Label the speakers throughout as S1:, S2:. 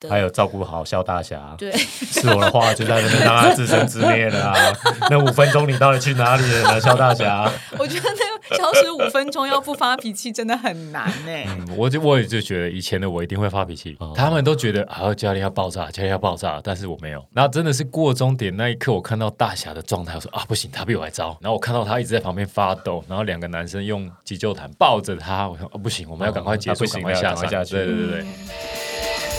S1: 的，
S2: 还有照顾好肖大侠。
S1: 对，
S2: 是我的话就在那边让他自生自灭了 啊！那五分钟你到底去哪里了呢，肖大 侠？
S1: 我觉得那消失五分钟要不发脾气真的很 难欸呢、
S3: 嗯，我就我也就觉得以前的我一定会发脾气，
S2: 哦
S3: 他们都觉得啊教练要爆炸，教练要爆炸，但是我没有。然后真的是过终点那一刻，我看到大侠的状态，我说啊不行，他比我还糟。然后我看到他一直在旁边发抖，然后两个男生用急救毯抱着他，我说啊不行，我们要赶快结
S2: 啊
S3: 束，
S2: 不行
S3: 赶快
S2: 要
S3: 下
S2: 赶快
S3: 山
S2: 下去嗯
S3: 对对对对。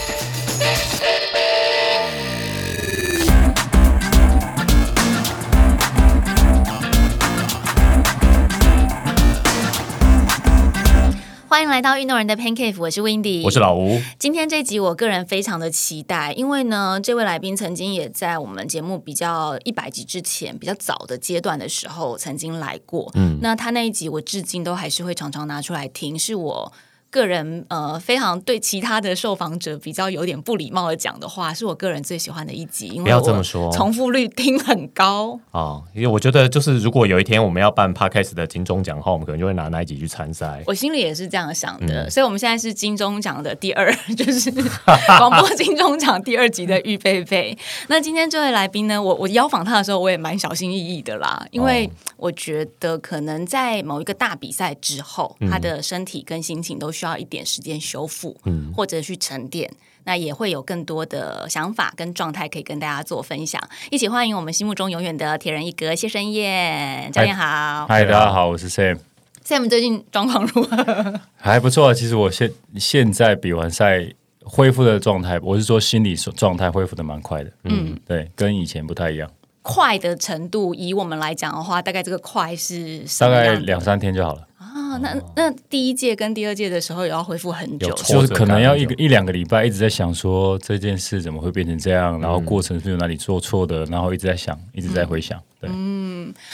S4: 欢迎来到运动人的 Pan Cave，我是 Windy，
S2: 我是老吴，
S4: 今天这集我个人非常的期待，因为呢，这位来宾曾经也在我们节目比较一百集之前比较早的阶段的时候曾经来过。嗯，那他那一集我至今都还是会常常拿出来听，是我。个人呃，非常对其他的受访者比较有点不礼貌的讲的话，是我个人最喜欢的一集，因
S2: 不
S4: 为
S2: 要
S4: 我
S2: 这么说
S4: 重复率听很高。
S2: 啊，因为我觉得就是如果有一天我们要办 podcast 的金钟奖的话，我们可能就会拿那一集去参赛。
S4: 我心里也是这样想的，
S3: 嗯
S4: 所以我们现在是金钟奖的第二， 就是 广播金钟奖第二集的预备备。那今天这位来宾呢，我我邀访他的时候，我也蛮小心翼翼的
S3: 哦
S4: 啦，因为我觉得可能在某一个大比赛之后，
S3: 嗯
S4: 他的身体跟心情都需要一点时间修复，
S3: 嗯
S4: 或者去沉淀。那也会有更多的想法跟状态可以跟大家做分享，一起欢迎我们心目中永远的铁人一哥谢生燕教练好。
S3: 嗨，
S2: 啊
S3: 大家好，我是 Sam。
S4: Sam 最近状况如何？
S3: 还不错啊。其实我现现在比完赛恢复的状态，我是说心理状态恢复的蛮快的。嗯，对，跟以前不太一样，
S4: 快的程度，以我们来讲的话，大概这个快是什
S3: 大
S4: 么
S3: 概
S4: 样
S3: 两三天就好了，
S4: 啊？那那第一届跟第二届的时候，也要恢复很久
S2: 有。挫
S3: 就
S2: 折
S3: 是可能
S2: 感
S3: 要
S2: 很
S3: 一
S2: 久
S3: 个一两个礼拜一直在想说这件事怎么会变成这样，然后过程是不是有哪里做错的，然后一直在想，一直在回想。对，
S2: 嗯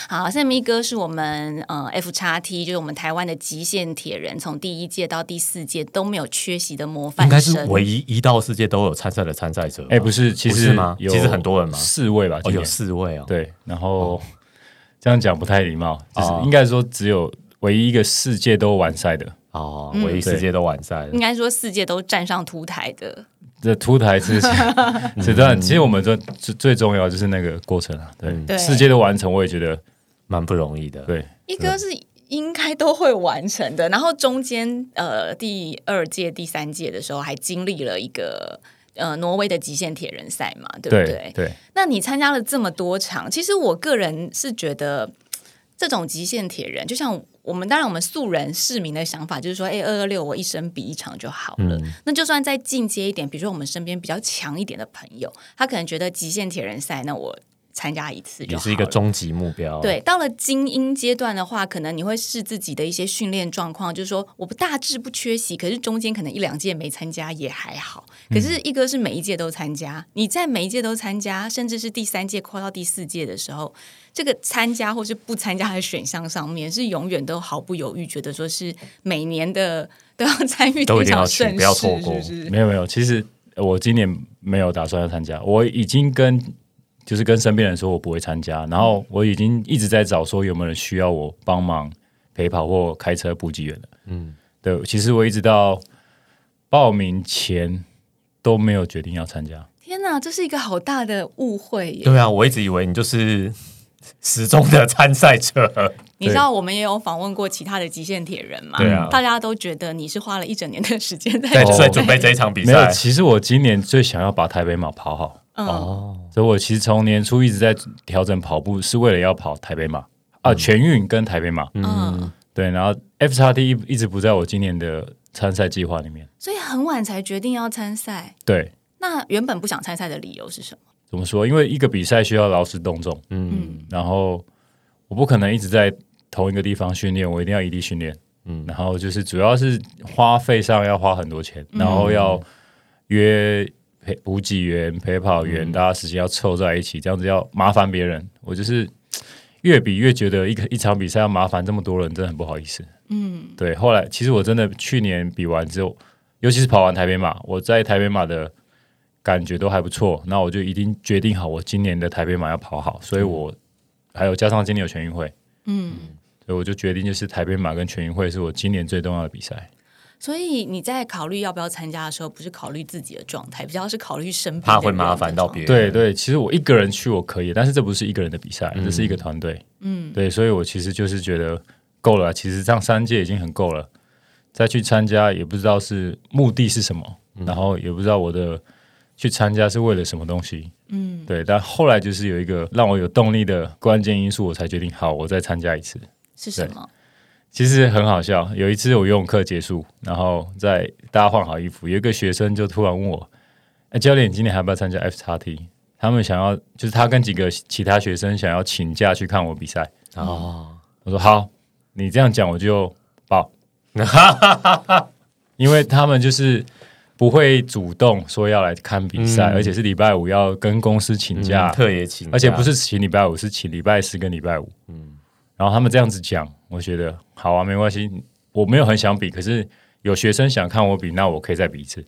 S4: 好，Sam 一哥是我们呃 F 叉 T，就是我们台湾的极限铁人，从第一届到第四届都没有缺席的模范
S2: 应
S4: 生，
S2: 该是唯一一到世界都有参赛的参赛者吧。
S3: 哎，不是，其
S2: 哦不
S3: 实
S2: 是吗
S3: 有
S2: 其实很多人嘛
S3: 四位吧，
S2: 哦，
S3: 今
S2: 有
S3: 年
S2: 四位哦。，
S3: 对，然后这样讲不太礼貌，就是
S2: 哦
S3: 应该说只有唯一一个世界都完赛的。
S2: 哦，
S4: 嗯
S2: 唯一世界都完赛了
S4: 应。该说四届都站上凸台的。
S3: 这凸台是 这段，其实我们最最最重要的就是那个过程啊，对，
S2: 嗯
S4: 对
S3: 世界的完成，我也觉得
S2: 蛮不容易的。
S3: 对，
S4: 一哥是应该都会完成的。然后中间呃第二届、第三届的时候，还经历了一个呃挪威的极限铁人赛嘛，对不对？
S3: 对对，
S4: 那你参加了这么多场，其实我个人是觉得这种极限铁人，就像我们当然我们素人市民的想法就是说，哎，二二六我一生比一场就好了。
S2: 嗯
S4: 那就算再进阶一点，比如说我们身边比较强一点的朋友，他可能觉得极限铁人赛，那我参加一次就
S2: 也
S4: 好
S2: 是一个
S4: 了
S2: 终极目标。
S4: 对，到了精英阶段的话，可能你会视自己的一些训练状况，就是说我不大致不缺席，可是中间可能一两届没参加也还好。可是一哥是每一届都参加，你在每一届都参加，甚至是第三届跨到第四届的时候，这个参加或是不参加的选项上面，是永远都毫不犹豫，觉得说是每年的都要参与
S2: 都
S4: 这
S2: 一定要
S4: 场
S2: 去
S4: 盛
S2: 不要
S4: 世
S2: 错过
S4: 是不是？
S3: 没有没有，其实呃我今年没有打算要参加，我已经跟就是跟身边人说我不会参加，然后我已经一直在找说有没有人需要我帮忙陪跑或开车补给员了，嗯，对，其实我一直到报名前都没有决定要参加，
S4: 天哪，这是一个好大的误会耶！
S2: 对啊，我一直以为你就是 始终的参赛者。
S4: 你知道我们也有访问过其他的极限铁人嘛？
S2: 对啊
S4: 大家都觉得你是花了一整年的时间在
S2: 在
S3: 哦
S2: 在准备这一场比
S3: 没有，
S2: 赛。
S3: 其实我今年最想要把台北马跑好。
S4: 嗯
S2: 哦，
S3: 所以我其实从年初一直在调整跑步，是为了要跑台北马啊，全运跟台北马。
S4: 嗯，
S3: 对，然后 F 叉 T 一一直不在我今年的参赛计划里面。
S4: 所以很晚才决定要参赛。
S3: 对，
S4: 那原本不想参赛的理由是什么？
S3: 怎么说？因为一个比赛需要劳师动众，
S2: 嗯
S3: 然后我不可能一直在同一个地方训练，我一定要异地训练。嗯，然后就是主要是花费上要花很多钱，然后要约陪补给员、陪跑员，大家时间要凑在一起，这样子要麻烦别人。我就是越比越觉得一个一场比赛要麻烦这么多人，真的很不好意思。嗯，对。后来其实我真的去年比完之后，尤其是跑完台北马，我在台北马的感觉都还不错，那我就已经决定好我今年的台北马要跑好，所以我还有加上今年有全运会，嗯，所以我就决定就是台北马跟全运会是我今年最重要的比赛。
S4: 所以你在考虑要不要参加的时候，不是考虑自己的状态，比较是考虑身边
S5: 怕会麻烦到别
S4: 人。
S5: 人。
S3: 对对，其实我一个人去我可以，但是这不是一个人的比赛，这是一个团队。
S4: 嗯，
S3: 对，所以我其实就是觉得够了，啊其实这样三届已经很够了，再去参加也不知道是目的是什么，然后也不知道我的去参加是为了什么东西。嗯，对，但后来就是有一个让我有动力的关键因素，我才决定好，我再参加一次。
S4: 是什么？
S3: 其实很好笑，有一次我游泳课结束，然后在大家换好衣服，有一个学生就突然问我：“哎，教练，你今天还要不要参加 F 叉 T？” 他们想要，就是他跟几个其他学生想要请假去看我比赛。
S5: 哦，
S3: 我说好，你这样讲我就报， 因为他们就是不会主动说要来看比赛，
S5: 嗯
S3: 而且是礼拜五要跟公司请假，
S5: 嗯特也请假，
S3: 而且不是请礼拜五，是请礼拜四跟礼拜五。啊嗯，然后他们这样子讲，我觉得好啊，没关系，我没有很想比，可是有学生想看我比，那我可以再比一次。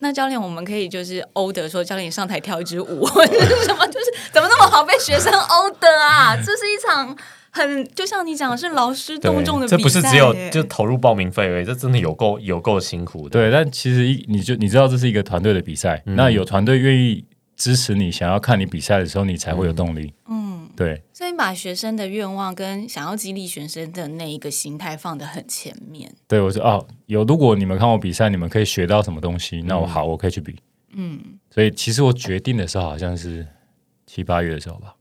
S4: 那教练，我们可以就是欧的说，教练你上台跳一支舞， 或者是什么，就是怎么那么好被学生欧的啊？这是一场很就像你讲的是劳师
S5: 对
S4: 动众的比赛
S5: 这
S4: 耶，
S5: 不是只有就投入报名费而已，这真的有够有够辛苦的。
S3: 对，嗯但其实一你就你知道这是一个团队的比赛，那有团队愿意支持你，想要看你比赛的时候，你才会有动力。
S4: 嗯，
S3: 对，
S4: 所以你把学生的愿望跟想要激励学生的那一个心态放得很前面。
S3: 对我说哦，有如果你们看我比赛，你们可以学到什么东西，那我好，我可以去比。
S4: 嗯，
S3: 所以其实我决定的时候好像是七八月的时候吧，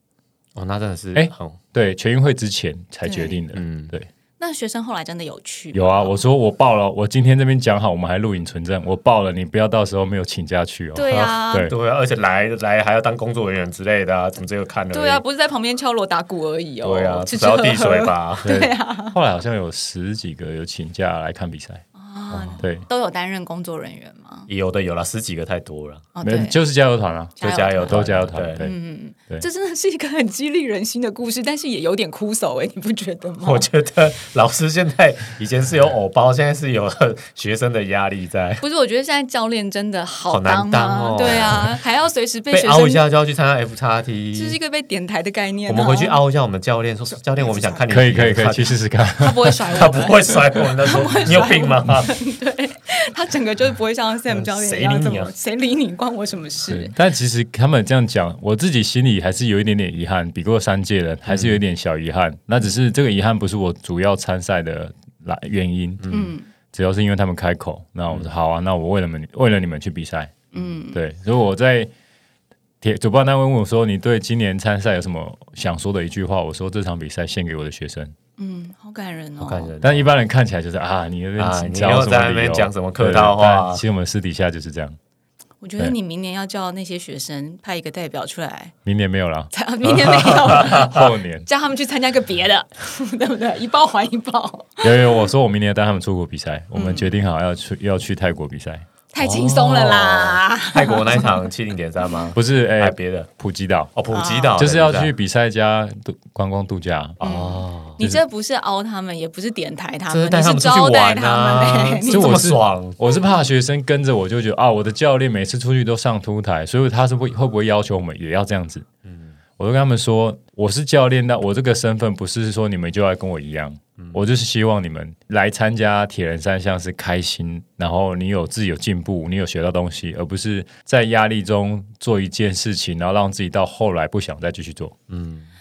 S5: 哦，那真的是
S3: 哎
S5: 很
S3: 对，全运会之前才决定的。
S5: 嗯，
S3: 对，
S4: 那学生后来真的有去吗
S3: 有啊，我说我报了，我今天这边讲好，我们还录影存证，我报了，你不要到时候没有请假去哦。
S4: 对啊，
S3: 对
S5: 对啊，而且来来还要当工作人员之类的啊，怎么只有看而已
S4: 对啊，，不是在旁边敲锣打鼓而已哦，
S5: 对啊，
S4: 吃
S5: 至
S4: 吃
S5: 少
S4: 喝
S5: 要
S4: 喝
S5: 递水吧。
S3: 对啊，后来好像有十几个有请假来看比赛，哦
S4: 啊，
S3: 对，
S4: 都有担任工作人员吗？
S5: 有的有了，十几个太多了，
S4: 哦，
S3: 没有
S4: 对，
S3: 就是加油团啊，
S4: 哎
S5: 就加油
S3: 都加油团，
S5: 团。对，
S3: 对，
S4: 嗯，
S3: 对
S4: 这真的是一个很激励人心的故事，但是也有点枯手哎、你不觉得吗？
S5: 我觉得老师现在以前是有偶包，现在是有 学生的压力在，
S4: 不是，我觉得现在教练真的好
S5: 好难
S4: 当啊，
S5: 当哦
S4: 对 啊，还要随时被
S5: 被
S4: 学
S5: 凹
S4: 生，
S5: 一下就要去参加 F 叉
S4: 这是一
S5: T。
S4: 个被点台的概念、啊
S5: 我们回去，凹一下我们教练，说教练，我们想
S4: 嗯
S5: 看你
S3: 可以可以可以去
S5: 其实
S3: 试试看。
S4: 他不会甩 我，
S5: 他不，会甩我们的，说你有病吗？
S4: 他整个就是不会像 Sam 教练一
S5: 谁
S4: 样
S5: 理
S4: 这
S5: 你啊
S4: 么，谁理你，关我什么事
S3: 对？但其实他们这样讲，我自己心里还是有一点点遗憾，比过三届了，还是有一点小遗憾。那只是这个遗憾不是我主要参赛的来原因，
S4: 嗯
S3: 主要是因为他们开口。那
S5: 嗯
S3: 我说好啊，那我为了你们为了你们去比赛，
S4: 嗯，
S3: 对，所以我在。铁主办单位问我说：“你对今年参赛有什么想说的一句话？”我说：“这场比赛献给我的学生。
S4: 嗯，好感人哦，
S5: 好感人，
S3: 但一般人看起来就是啊，你那边
S5: 啊
S3: 紧
S5: 你
S3: 张
S5: 又
S3: 什么
S5: 在那
S3: 理
S5: 边
S3: 由
S5: 讲什么客
S3: 对
S5: 套话
S3: 但其实我们私底下就是这样，
S4: 我觉得
S3: 对
S4: 你明年要叫那些学生派一个代表出来，，
S3: 明年没有 了
S4: 才 明年没有
S3: 后年
S4: 叫他们去参加个别的， 对不对？一报还一
S5: 哦
S4: 报，
S3: 有有，我说我明年要带他们出国比赛，我们决定好要
S5: 嗯
S3: 去要去泰国比赛，
S4: 太轻松了啦。
S5: 泰国那一场七零点三吗？
S3: 不是哎、
S5: 还别的
S3: 普吉岛，
S5: 哦，普吉岛
S3: 就是要去比赛加度观光度假。
S5: 哦，
S4: 你这不是凹他们，也不是点台他
S5: 这
S4: 们，
S5: 啊是带
S4: 你
S5: 他
S4: 是
S5: 们出去
S4: 招待
S5: 玩
S4: 他们欸
S5: 啊
S4: 嘞、，
S5: 这
S3: 我
S5: 么
S3: 是
S5: 爽，
S3: 我是怕学生跟着我就觉得啊，我的教练每次出去都上凸台，所以他是会会不会要求我们也要这样子？嗯，我就跟他们说，我是教练，但我这个身份不是说你们就要跟我一样，我就是希望你们来参加铁人三项是开心，然后你有自己有进步，你有学到东西，而不是在压力中做一件事情，然后让自己到后来不想再继续做。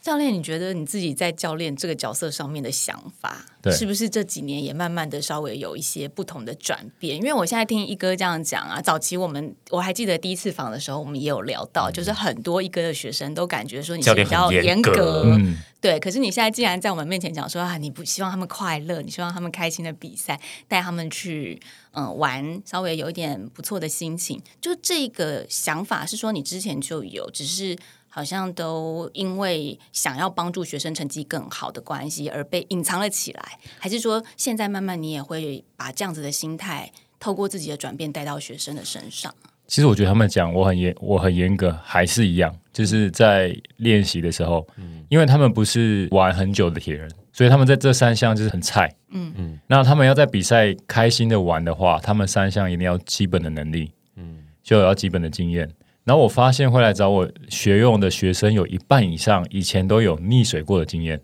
S4: 教练，你觉得你自己在教练这个角色上面的想法，
S3: 对
S4: 是不是这几年也慢慢的稍微有一些不同的转变？因为我现在听一哥这样讲啊，早期我们我还记得第一次访的时候，我们也有聊到，就是很多一哥的学生都感觉说你
S5: 嗯教
S4: 是
S5: 练
S4: 比较
S5: 很严格
S4: 格，
S3: 嗯，
S4: 对，可是你现在既然在我们面前讲说啊，你不希望他们快乐，你希望他们开心的比赛，带他们去嗯、呃玩，稍微有一点不错的心情，就这个想法是说你之前就有，只是好像都因为想要帮助学生成绩更好的关系而被隐藏了起来，还是说现在慢慢你也会把这样子的心态透过自己的转变带到学生的身上？
S5: 嗯
S3: 其实我觉得他们讲我很严，我很严格，还是一样，就是在练习的时候，因为他们不是玩很久的铁人，所以他们在这三项就是很菜，
S4: 嗯
S3: 嗯，那他们要在比赛开心的玩的话，他们三项一定要基本的能力，嗯，就有要基本的经验。然后我发现会来找我学用的学生有一半以上以前都有溺水过的经嗯验，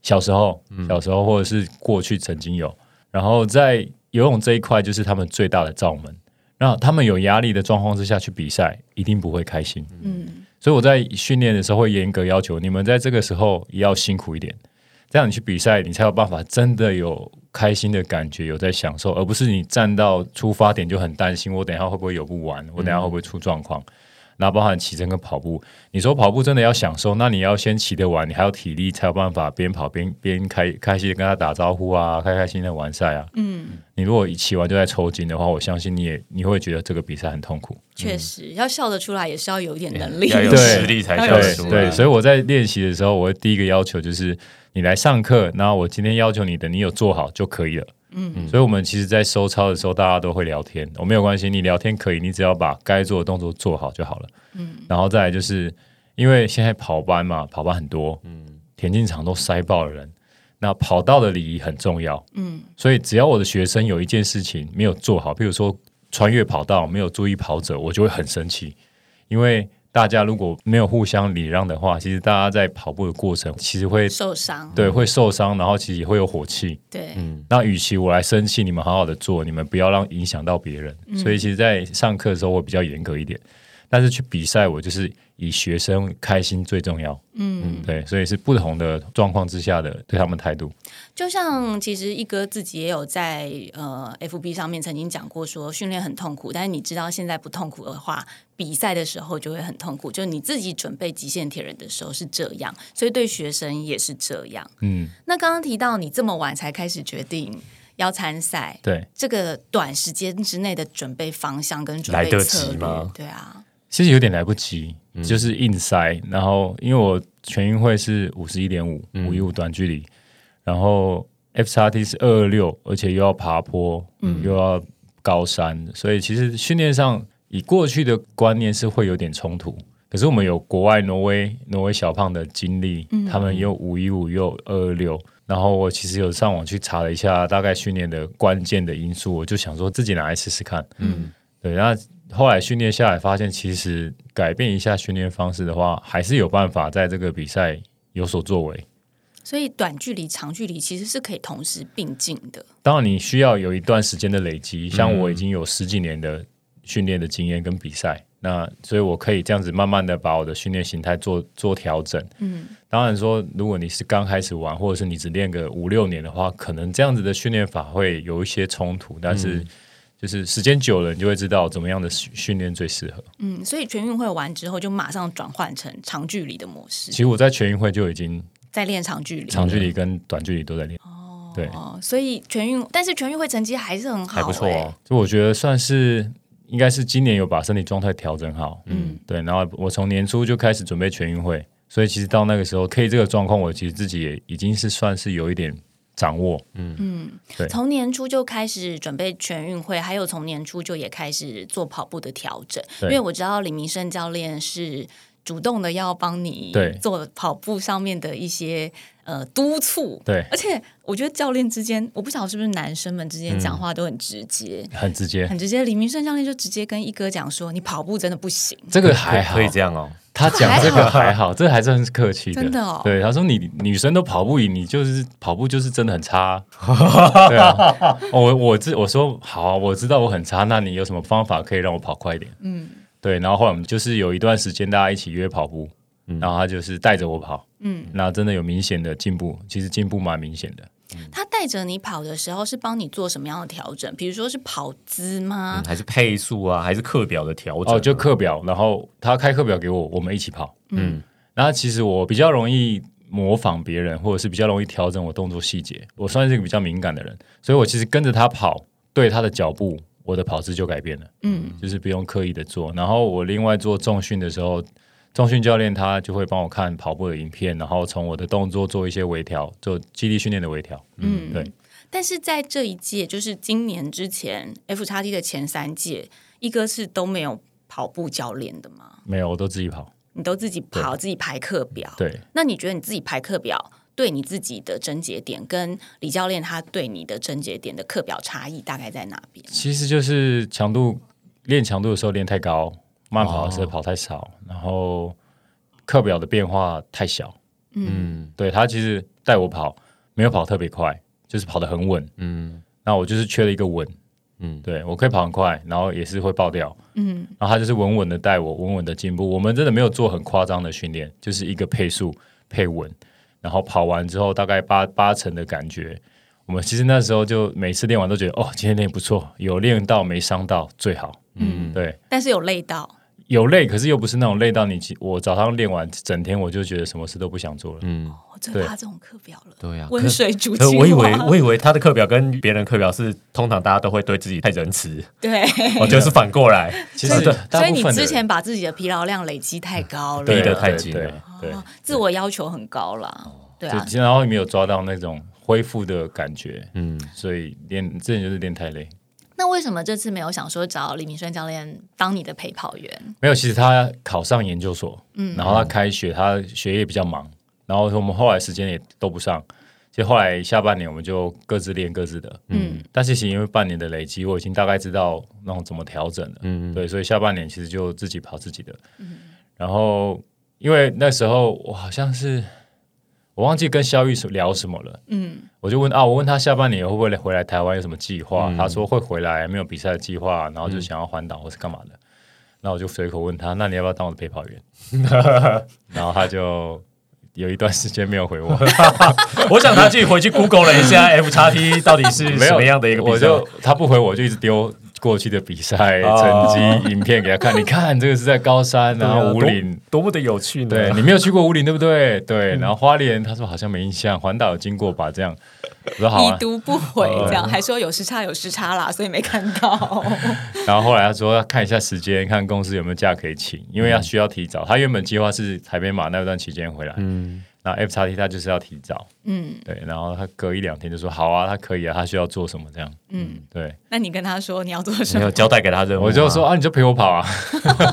S3: 小时候，小时候或者是过去曾经有，然后在游泳这一块就是他们最大的罩门。那他们有压力的状况之下去比赛，一定不会开心。
S4: 嗯，
S3: 所以我在训练的时候会严格要求你们在这个时候也要辛苦一点，这样你去比赛，你才有办法真的有开心的感觉，有在享受，而不是你站到出发点就很担心，我等一下会不会游不完，我等一下会不会出状况。那包含骑乘跟跑步，你说跑步真的要享受，那你要先骑得完，你还有体力才有办法边跑边边开开心的跟他打招呼啊，开开心的完赛啊。嗯，你如果一骑完就在抽筋的话，我相信你也你会觉得这个比赛很痛苦。
S4: 确实要笑得出来，也是要有一点能力。
S5: 要有
S3: 对
S5: 实力才笑得
S3: 对
S5: 出来。
S3: 对，所以我在练习的时候，我会第一个要求就是你来上课，那我今天要求你的，你有做好就可以了。嗯，所以我们其实，在收操的时候，大家都会聊天，我没有关系，你聊天可以，你只要把该做的动作做好就好了。嗯，然后再来就是因为现在跑班嘛，跑班很多，嗯，田径场都塞爆了人，那跑道的礼仪很重要，嗯，所以只要我的学生有一件事情没有做好，譬如说穿越跑道没有注意跑者，我就会很生气，因为大家如果没有互相礼让的话，其实大家在跑步的过程其实会
S4: 受伤，
S3: 对会受伤，然后其实也会有火气。
S4: 对，
S3: 那与其我来生气，你们好好的做，你们不要让影响到别人。所以其实，在上课的时候我比较严格一点，但是去比赛我就是以学生开心最重要。嗯，对，所以是不同的状况之下的对他们态度。
S4: 就像其实一哥自己也有在呃 FB 上面曾经讲过说，训练很痛苦，但是你知道现在不痛苦的话，比赛的时候就会很痛苦。就你自己准备极限铁人的时候是这样，所以对学生也是这样。
S3: 嗯，
S4: 那刚刚提到你这么晚才开始决定要参赛，
S3: 对。
S4: 这个短时间之内的准备方向跟准
S5: 来
S4: 备
S5: 得及
S4: 策略
S5: 吗，
S4: 对啊，
S3: 其实有点来不及，就是硬塞。然后因为我全运会是五十一点五五一五短距离，然后 F 叉 T 是二二六，而且又要爬坡，又要高山，所以其实训练上以过去的观念是会有点冲突。可是我们有国外挪威挪威小胖的经历，他们又五一五又二二六，然后我其实有上网去查了一下大概训练的关键的因素，我就想说自己拿来试试看。嗯，对，那后来训练下来，发现其实改变一下训练方式的话，还是有办法在这个比赛有所作为。
S4: 所以短距离、长距离其实是可以同时并进的。
S3: 当然，你需要有一段时间的累积，像我已经有十几年的训练的经验跟比赛，那所以我可以这样子慢慢的把我的训练形态做做调整。嗯，当然说，如果你是刚开始玩，或者是你只练个五六年的话，可能这样子的训练法会有一些冲突，但是就是时间久了，你就会知道怎么样的训训练最适合。
S4: 嗯，所以全运会完之后就马上转换成长距离的模式
S3: 其，实我在全运会就已经
S4: 再练长距离。
S3: 长距离跟短距离都在练。对，
S4: 哦，所以全运，但是全运会成绩还是很好、
S5: 还
S4: 欸，
S5: 不错哦。
S3: 就我觉得算是应该是今年有把身体状态调整好，嗯，对。然后我从年初就开始准备全运会，所以其实到那个时候 K 这个状况，我其实自己也已经是算是有一点掌握。对
S4: 从年初就开始准备全运会，还有从年初就也开始做跑步的调整，因
S3: 对
S4: 为我知道李明胜教练是主动的要帮你
S3: 对
S4: 做跑步上面的一些呃督促。
S3: 对，
S4: 而且我觉得教练之间，我不晓得是不是男生们之
S3: 嗯
S4: 间讲话都很直接，
S3: 很直接，
S4: 很直接。李明胜教练就直接跟一哥讲说：“你跑步真的不行。”
S3: 这
S5: 欸
S3: 个还好
S5: 可以。这样哦，
S3: 他讲这个还好，这个还是很客气的。
S4: 真的哦
S3: 对，他说你女生都跑不赢，你就是跑步就是真的很 差。对啊，哦我我知我说好啊、我知道我很差，那你有什么方法可以让我跑快一点？嗯，对。然后后来我们就是有一段时间大家一起约跑步，然后他就是带着我跑，嗯，那真的有明显的进步，其实进步蛮明显的。
S4: 他带着你跑的时候是帮你做什么样的调整？比如说是跑姿吗
S5: 嗯？还是配速啊，还是课表的调整啊？
S3: 哦，就课表，然后他开课表给我，我们一起跑。
S5: 嗯
S3: 嗯，那其实我比较容易模仿别人，或者是比较容易调整我动作细节。我算是一个比较敏感的人，所以我其实跟着他跑，对他的脚步，我的跑姿就改变了。嗯，就是不用刻意的做。然后我另外做重训的时候。重训教练他就会帮我看跑步的影片，然后从我的动作做一些微调，做肌力训练的微调。嗯，对，
S4: 但是在这一届，就是今年之前 F 叉 T 的前三届，一哥是都没有跑步教练的吗？
S3: 没有，我都自己跑。
S4: 你都自己跑，自己排课表。
S3: 对，
S4: 那你觉得你自己排课表对你自己的症结点，跟李教练他对你的症结点的课表差异大概在哪边？
S3: 其实就是强度练强度的时候练太高，慢跑的时候跑太少，然后课表的变化太小。
S5: 嗯
S3: 对他其实带我跑，没有跑特别快，就是跑得很稳。
S5: 嗯，
S3: 那我就是缺了一个稳，
S5: 嗯，
S3: 对我可以跑很快，然后也是会爆掉，
S4: 嗯，
S3: 然后他就是稳稳的带我，稳稳的进步。我们真的没有做很夸张的训练，就是一个配速配稳，然后跑完之后大概八八成的感觉。我们其实那时候就每次练完都觉得，哦，今天练不错，有练到没伤到最好。嗯，对，
S4: 但是有累到，
S3: 有累，可是又不是那种累到你，我早上练完整天我就觉得什么事都不想做了。
S5: 嗯，
S4: 我最
S3: 对啊
S4: 怕这种课表了。
S5: 对呀、
S4: 温水煮
S5: 可
S3: 呃
S4: 青蛙，
S5: 我以为，我以为他的课表跟别人课表是通常大家都会对自己太仁 慈，
S4: 对，
S5: 哦，就是反过来，
S3: 其实
S5: 啊对
S3: 大
S4: 所以
S3: 部
S4: 你
S3: 分
S4: 之
S3: 的人
S4: 前把自己的疲劳量累积太高了，
S5: 逼得
S3: 对
S5: 太紧
S3: 对
S5: 了
S3: 对，
S4: 哦自我要求很高啦。
S5: 哦
S4: 对啊，
S3: 就然后也没有抓到那种恢复的感觉，
S5: 嗯，
S3: 所以练之前就是练太累。
S4: 那为什么这次没有想说找李明轩教练当你的陪跑员？
S3: 没有，其实他考上研究所，嗯，然后他开学，他学业比较忙，然后我们后来时间也都不上。其实后来下半年我们就各自练各自的，
S4: 嗯，
S3: 但是其实因为半年的累积，我已经大概知道那种怎么调整了，
S5: 嗯
S3: 嗯，对，所以下半年其实就自己跑自己的，
S4: 嗯
S3: 然后因为那时候我好像是我忘记跟肖玉聊什么了，
S4: 嗯，
S3: 我就问啊，我问他下半年会不会回来台湾有什么计划，他说会回来，没有比赛的计划，然后就想要环岛或是干嘛的，那我就随口问他，那你要不要当我的陪跑 员？然后他就有一段时间没 有回我，
S5: 我想他自己回去 Google 了一 下 F 叉 T 到底是
S3: 没
S5: 什
S3: 有
S5: 么样的一个比赛，
S3: 我就他不回我，就一直丢过去的比赛成
S5: 哦
S3: 绩、影片给他看。你看，这个是在高山，然后五岭，
S5: 啊多么的有趣呢？
S3: 对你没有去过五岭，对不对？对，
S5: 嗯
S3: 然后花莲，他说好像没印象，环岛有经过吧？这样，我说好
S4: 已
S3: 啊。
S4: 读不回，这样还说有时差有时差啦，所以没看 到。
S3: 然后后来他说要看一下时间，看公司有没有假可以请，因为要需要提早。他原本计划是台北马那段期间回来，
S5: 嗯，
S3: 那 F 叉 T 他就是要提早，
S4: 嗯
S3: 对。然后他隔一两天就说好啊，他可以啊，他需要做什么这样，
S4: 嗯，
S3: 对。
S4: 那你跟他说你要做什
S5: 没有
S4: 么？
S5: 交代给他任务，
S3: 我就说。啊，你就陪我跑啊。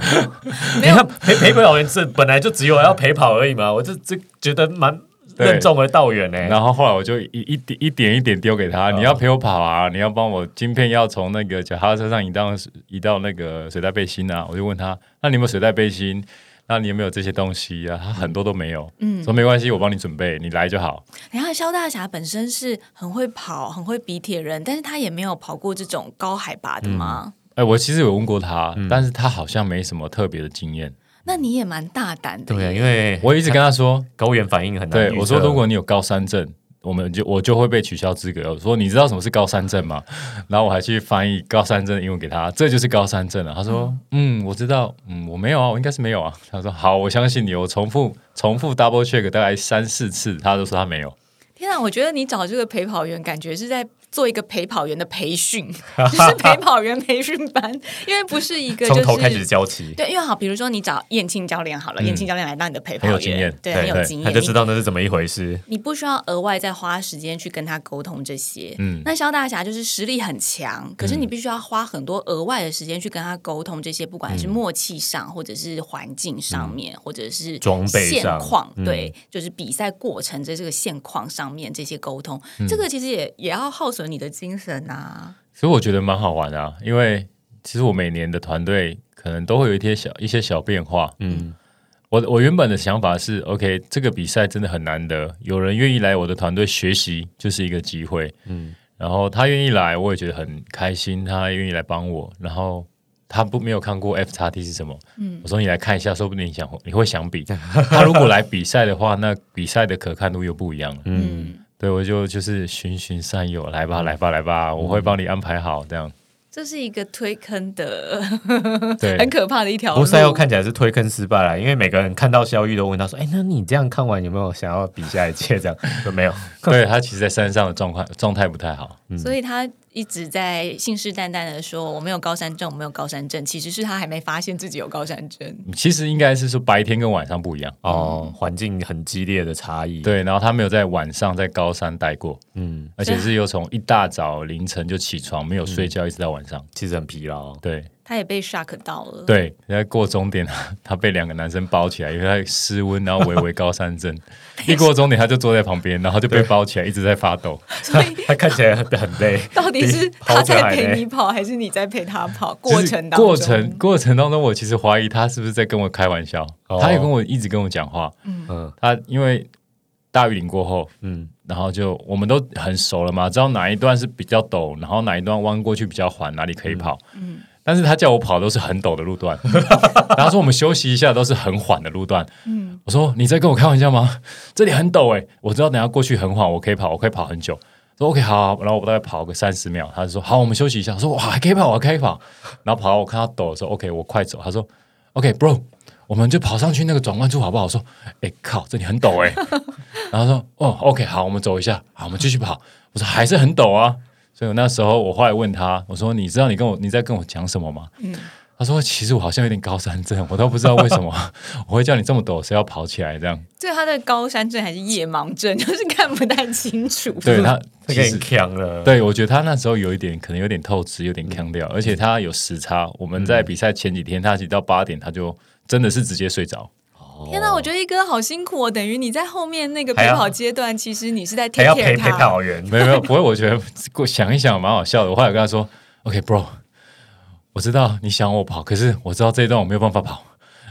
S5: 你看陪陪跑员这本来就只有要陪跑而已嘛，我这这觉得蛮
S3: 对
S5: 任重而道远呢、
S3: 然后后来我就一一点一点一点丢给他，你要陪我跑啊，你要帮我晶片要从那个脚踏车上移到移到那个水袋背心啊，我就问他，那你有没有水袋背心？那你有没有这些东西啊？他很多都没有，嗯，说没关系，我帮你准备，你来就好。
S4: 然后肖大侠本身是很会跑、很会比铁人，但是他也没有跑过这种高海拔的吗？
S5: 嗯
S3: 哎，我其实有问过他，但是他好像没什么特别的经验。
S4: 那你也蛮大胆的耶，
S5: 对啊，因为
S3: 我一直跟他说，
S5: 高原反应很难预
S3: 对
S5: 测。
S3: 我说，如果你有高山症，我们就我就会被取消资格。我说你知道什么是高山症吗？然后我还去翻译高山症的英文给他，这就是高山症啊。他说，嗯，我知道，嗯，我没有啊，我应该是没有啊。他说，好，我相信你。我重复重复 double check 大概三四次，他都说他没有。
S4: 天啊，我觉得你找这个陪跑员，感觉是在做一个陪跑员的 培训，就是陪跑员培训班，因为不是一个就
S5: 从
S4: 是
S5: 头开始教起，
S4: 对，因为好，比如说你找燕青教练好
S5: 嗯
S4: 了，燕青教练来当你的陪跑
S3: 很有经
S4: 员
S3: 验，
S5: 对
S4: 对，很有
S3: 对
S4: 经
S5: 他
S4: 验，
S5: 就知道那是怎么一回事。
S4: 你不需要额外再花时间去跟他沟通这些。
S3: 嗯
S4: 那肖大侠就是实力很强，可
S5: 嗯
S4: 是你必须要花很多额外的时间去跟他沟通这些，不
S5: 嗯
S4: 管是默契上，或者是环境上面，或者是
S5: 装备
S4: 现
S5: 上嗯
S4: 况，对，就是比赛过程的这个现况上面这些沟通，
S5: 嗯
S4: 这个其实也也要耗损你的精神啊。
S3: 所以我觉得蛮好玩的、啊，因为其实我每年的团队可能都会有一些小一些小变化。
S5: 嗯
S3: 嗯，我我原本的想法是，OK，这个比赛真的很难得，有人愿意来我的团队学习就是一个机会。嗯，然后他愿意来，我也觉得很开心，他愿意来帮我，然后。他不没有看过 F 叉 T 是什么？嗯，我说你来看一下，说不定你想你会想比。他如果来比赛的话，那比赛的可看度又不一样了。
S4: 嗯，
S3: 对，我就就是循循善诱，来吧，来吧，来吧，
S5: 嗯
S3: 我会帮你安排好这样。
S4: 这是一个推坑的，
S3: 对，
S4: 很可怕的一条
S5: 不
S4: 路。
S5: 过赛后看起来是推坑失败了，因为每个人看到肖玉都问他说：“哎、那你这样看完有没有想要比下一届？” 这样说没有，
S3: 对他其实，在山上的状况状态不太好。
S4: 所以他一直在信誓旦旦的说我没有高山症，我没有高山症，其实是他还没发现自己有高山症。
S3: 其实应该是说白天跟晚上不一样。
S5: 哦，环境很激烈的差异。，
S3: 对，然后他没有在晚上在高山待过，
S5: 嗯，
S3: 而且是有从一大早凌晨就起床，没有睡
S5: 嗯
S3: 觉，一直到晚上。
S5: 其实很疲劳。
S3: 对
S4: 他也被 shock 到了。，
S5: 嗯
S3: 对，在过终点， 他被两个男生包起来，因为他失温，然后微微高山 症。一过终点，他就坐在旁边，然后就被包起来，一直在发抖。
S4: 所以
S5: 他看起来很很累，
S4: 到底是
S5: 比
S4: 他在
S5: 跑起来
S4: 陪
S5: 呢
S4: 你跑，还是你在陪他跑？过
S3: 就是
S4: 程当中，
S3: 过程过程当中，我其实怀疑他是不是在跟我开玩笑。
S5: 哦
S3: 他也跟我一直跟我讲话，
S5: 嗯，
S3: 他因为大雨林过后，嗯，然后就我们都很熟了嘛，知道哪一段是比较陡，然后哪一段弯过去比较缓，哪里可以跑。嗯，但是他叫我跑都是很陡的路 段，然后说我们休息一下都是很缓的路段。嗯，我说你在跟我开玩笑吗？这里很陡哎、我知道等一下过去很缓，我可以跑，我可以跑很久。说 OK 好好然后我大概跑个三十秒，他就说好，我们休息一下。我说哇，还可以跑，我还可以跑。然后跑到我看他抖的时候，OK，我快走。他说 OK，bro，、我们就跑上去那个转弯处好不好？我说哎、靠，这里 很陡哎、然后说哦，OK，好，我们走一下，好，我们继续跑。我说还是很陡啊，所以我那时候我后来问他，我说你知道你跟我你在跟我讲什么吗？
S5: 嗯
S3: 他说：“其实我好像有点高山症，我都不知道 为什么我会叫你这么陡，谁要跑起来这样？
S4: 这他的高山症还是夜盲症， 就是看不太清楚。
S3: 对他，
S5: 这
S3: 其
S5: 个
S3: 实
S5: 很强了。
S3: 对，我觉得他那时候有一点，可能有点透支，有点腔调，而且他有时差。我们
S5: 嗯
S3: 在比赛前几天，他其实到八点，他就真的是直接睡着。
S1: 天哪，我觉得一哥好辛苦哦，等于你在后面那个
S5: 还
S1: 陪
S5: 要
S1: 跑阶段，其实你是在 take
S5: 还要
S1: care
S5: 陪陪
S1: 他。
S5: 跑员，
S3: 没有没有，不会，我觉得过想一想蛮好笑的。我后来跟他说：“OK，bro，、我知道你想我跑，可是我知道这一段我没有办法跑，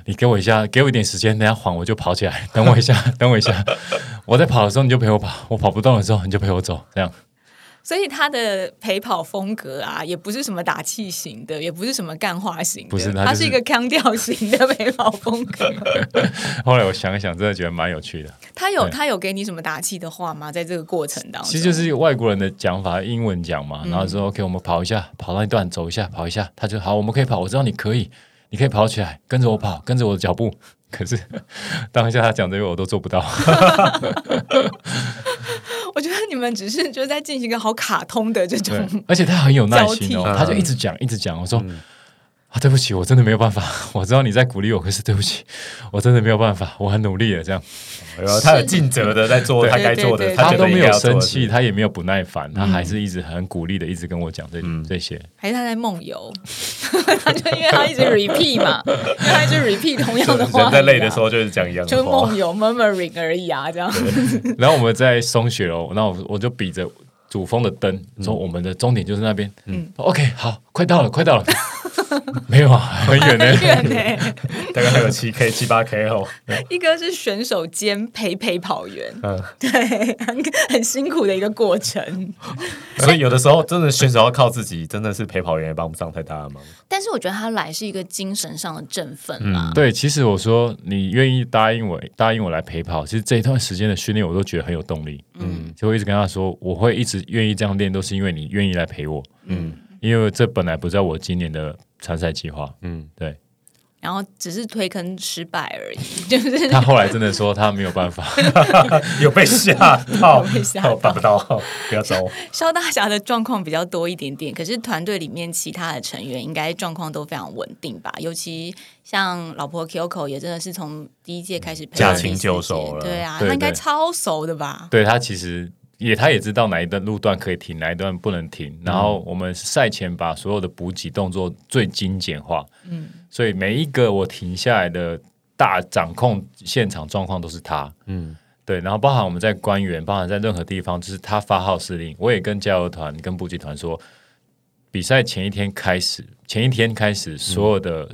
S3: 你给我一下，给我一点时间，等一下缓我就跑起来。等我一下， 等我一下，我在跑的时候你就陪我跑，我跑不动的时候你就陪我走，这样。”
S1: 所以他的陪跑风格啊，也不是什么打气型的，也不是什么干话型的，
S3: 不是他
S1: 他
S3: 就是
S1: 一个腔调型 的陪跑风格。
S3: 后来我想一想，真的觉得蛮有趣的。
S1: 他有
S3: 对
S1: 他有给你什么打气的话吗？在这个过程当中，
S3: 其实就是外国人的讲法，英文讲嘛，然后说 OK，我们跑一下，跑到一段走一下，跑一下，他就好，我们可以跑，我知道你可以，你可以跑起来，跟着我跑，跟着我的脚步。可是 当下他讲这个我都做不到，
S1: 我觉得你们只是就在进行一个好卡通的这
S3: 对
S1: 种，
S3: 而且他很有耐心
S1: 交
S3: 哦
S5: 替，嗯
S3: 他就一直讲一直讲，我说。啊，对不起，我真的没有办法。 我知道你在鼓励我，可是对不起， 我真的没有办法。我很努力了，这样
S5: 然后他有尽责的在做
S3: 对
S5: 他该做的，
S1: 对对对
S5: 他觉
S3: 都
S5: 得应
S3: 没
S5: 该
S3: 有
S5: 要做
S3: 生
S5: 的
S3: 气，
S5: 事。嗯
S3: 他也没有不耐烦，他还是一直很鼓励的，一直跟我讲这、这些。
S1: 还是他在梦游？ 他就因为他一 直 repeat 嘛，因为他一直 repeat 同样的话语啊，
S5: 人在累的时候就是讲一样
S1: 就
S5: 的话
S1: 梦，游 murmuring 而已啊，这样。
S3: 然后我们在松雪楼，那我我就比着主峰的灯
S5: 嗯
S3: 说我们的终点就是那边。嗯，OK，好，快到了，快到了。没有啊，很远呢、
S1: 远呢，
S5: 大概还有七 K 七八 K 后，
S1: 一哥是选手兼陪陪跑员，
S5: 嗯，
S1: 对，很很辛苦的一个过程。
S5: 所以有的时候真的选手要靠自己，真的是陪跑员也帮不上太大的忙。
S4: 但是我觉得他来是一个精神上的振奋啦。
S5: 嗯
S3: 对，其实我说你愿意答应我，答应我来陪跑，其实这一段时间的训练我都觉得很有动力。嗯，就我一直跟他说，我会一直愿意这样练，都是因为你愿意来陪我。嗯，因为这本来不在我今年的参赛计划。嗯，对
S4: 然后只是推坑失败而 已，就是
S3: 他后来真的说他没有办法。
S5: 有被吓到，
S1: 被吓到
S5: 我办不到，哦不要找我。
S4: 肖大侠的状况比较多一点点，可是团队里面其他的成员应该状况都非常稳定吧？尤其像老婆 Kyoko 也真的是从第一届开始陪
S5: 驾
S4: 到
S5: 轻
S4: 第四
S5: 就
S4: 届
S5: 熟了
S4: 对啊，
S3: 对
S4: 他应该
S3: 对
S4: 超熟的吧？
S3: 对他其实也他也知道哪一段路段可以停，哪一段不能停。然后我们赛前把所有的补给动作最精简化，嗯，所以每一个我停下来的大掌控现场状况都是他，嗯。对，然后包含我们在官员，包含在任何地方，就是他发号施令。我也跟加油团、跟补给团说，比赛前一天开始，前一天开始，所有的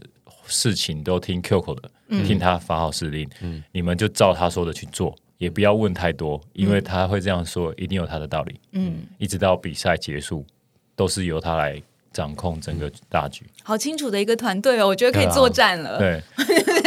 S3: 事情都听 Q 口的，听他发号施令，你们就照他说的去做，也不要问太多，因为他会这样说，一定有他的道理。嗯，一直到比赛结束，都是由他来掌控整个大局。
S1: 好清楚的一个团队哦，我觉得可以作战 了，
S3: 对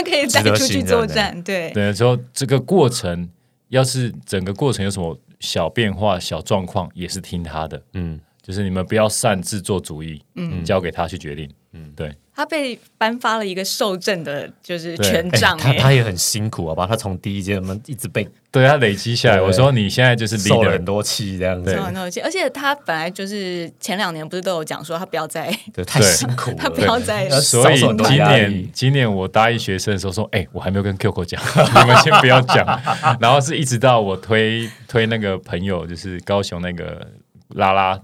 S1: 可以带
S5: 值得
S1: 出去
S5: 信任
S1: 作
S5: 的
S1: 战。对，
S3: 等于说这个过程，要是整个过程有什么小变化、小状况，也是听他的。嗯，就是你们不要擅自做主意，嗯，交给他去决定。嗯，对。
S1: 他被颁发了一个受证的，就是
S3: 对
S1: 权
S5: 哎
S1: 杖
S5: 他
S4: 欸
S1: 哎、
S5: 他也很辛苦，好吧？他从第一届我们一直被
S3: 对他累积下来，
S5: 对
S3: 我说你现在就是
S5: 受了
S3: leader，
S5: 很多气，这样子
S3: 对，
S4: 然后而且他本来就是前两年不是都有讲说他不要再
S5: 对，太辛苦了。
S1: 他不要再
S5: 对
S3: 所以
S5: 少受很多
S3: 今
S5: 压
S3: 年
S5: 力
S3: 今年我答应学生的时候说，哎、我还没有跟 QQ 讲， 你们先不要讲。 然后是一直到我推推那个朋友，就是高雄那个拉拉，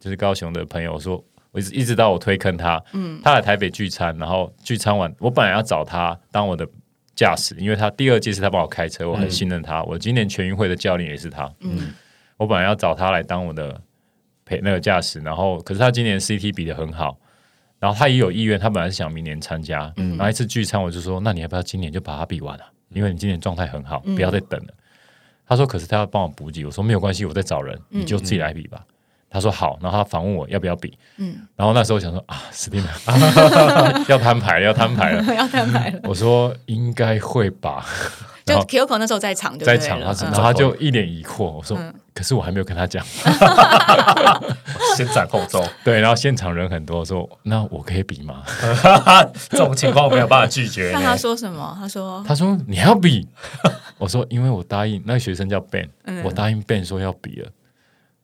S3: 就是高雄的朋友我说。我一直一直到我推坑他，嗯，他来台北聚餐，然后聚餐完，我本来要找他当我的驾驶，因为他第二届是他帮我开车，
S5: 嗯
S3: 我很信任他。我今年全运会的教练也是他，嗯，我本来要找他来当我的陪那个驾驶，然后可是他今年 CT 比的很好，然后他也有意愿，他本来是想明年参加，
S4: 嗯嗯
S3: 然后一次聚餐我就说，那你要不要今年就把它比完啊？因为你今年状态很好，不要再等了。他说可是他要帮我补给，我说没有关系，我再找人，
S4: 嗯
S3: 你就自己来比吧。他说好，然后他反问我要不要比，
S4: 嗯
S3: 然后那时候我想说啊，死定了， 要摊牌了，要摊牌了。
S4: 要摊牌了，
S3: 我说应该会吧，
S4: 就
S3: 然后
S4: Kyoko 那时候在场，
S3: 在场，他
S4: 了，
S3: 是
S4: 嗯
S3: 然后他就一脸疑惑，我说可是我还没有跟他讲，
S5: 先斩后奏，
S3: 对，然后现场人很多，我说那我可以比吗？
S5: 这种情况我没有办法拒 绝
S4: 让他
S5: 呢。
S4: 说什么？他说
S3: 他说你还要比， 我说因为我答应那个学生叫 Ben，、
S4: 嗯
S3: 我答应 Ben 说要比了，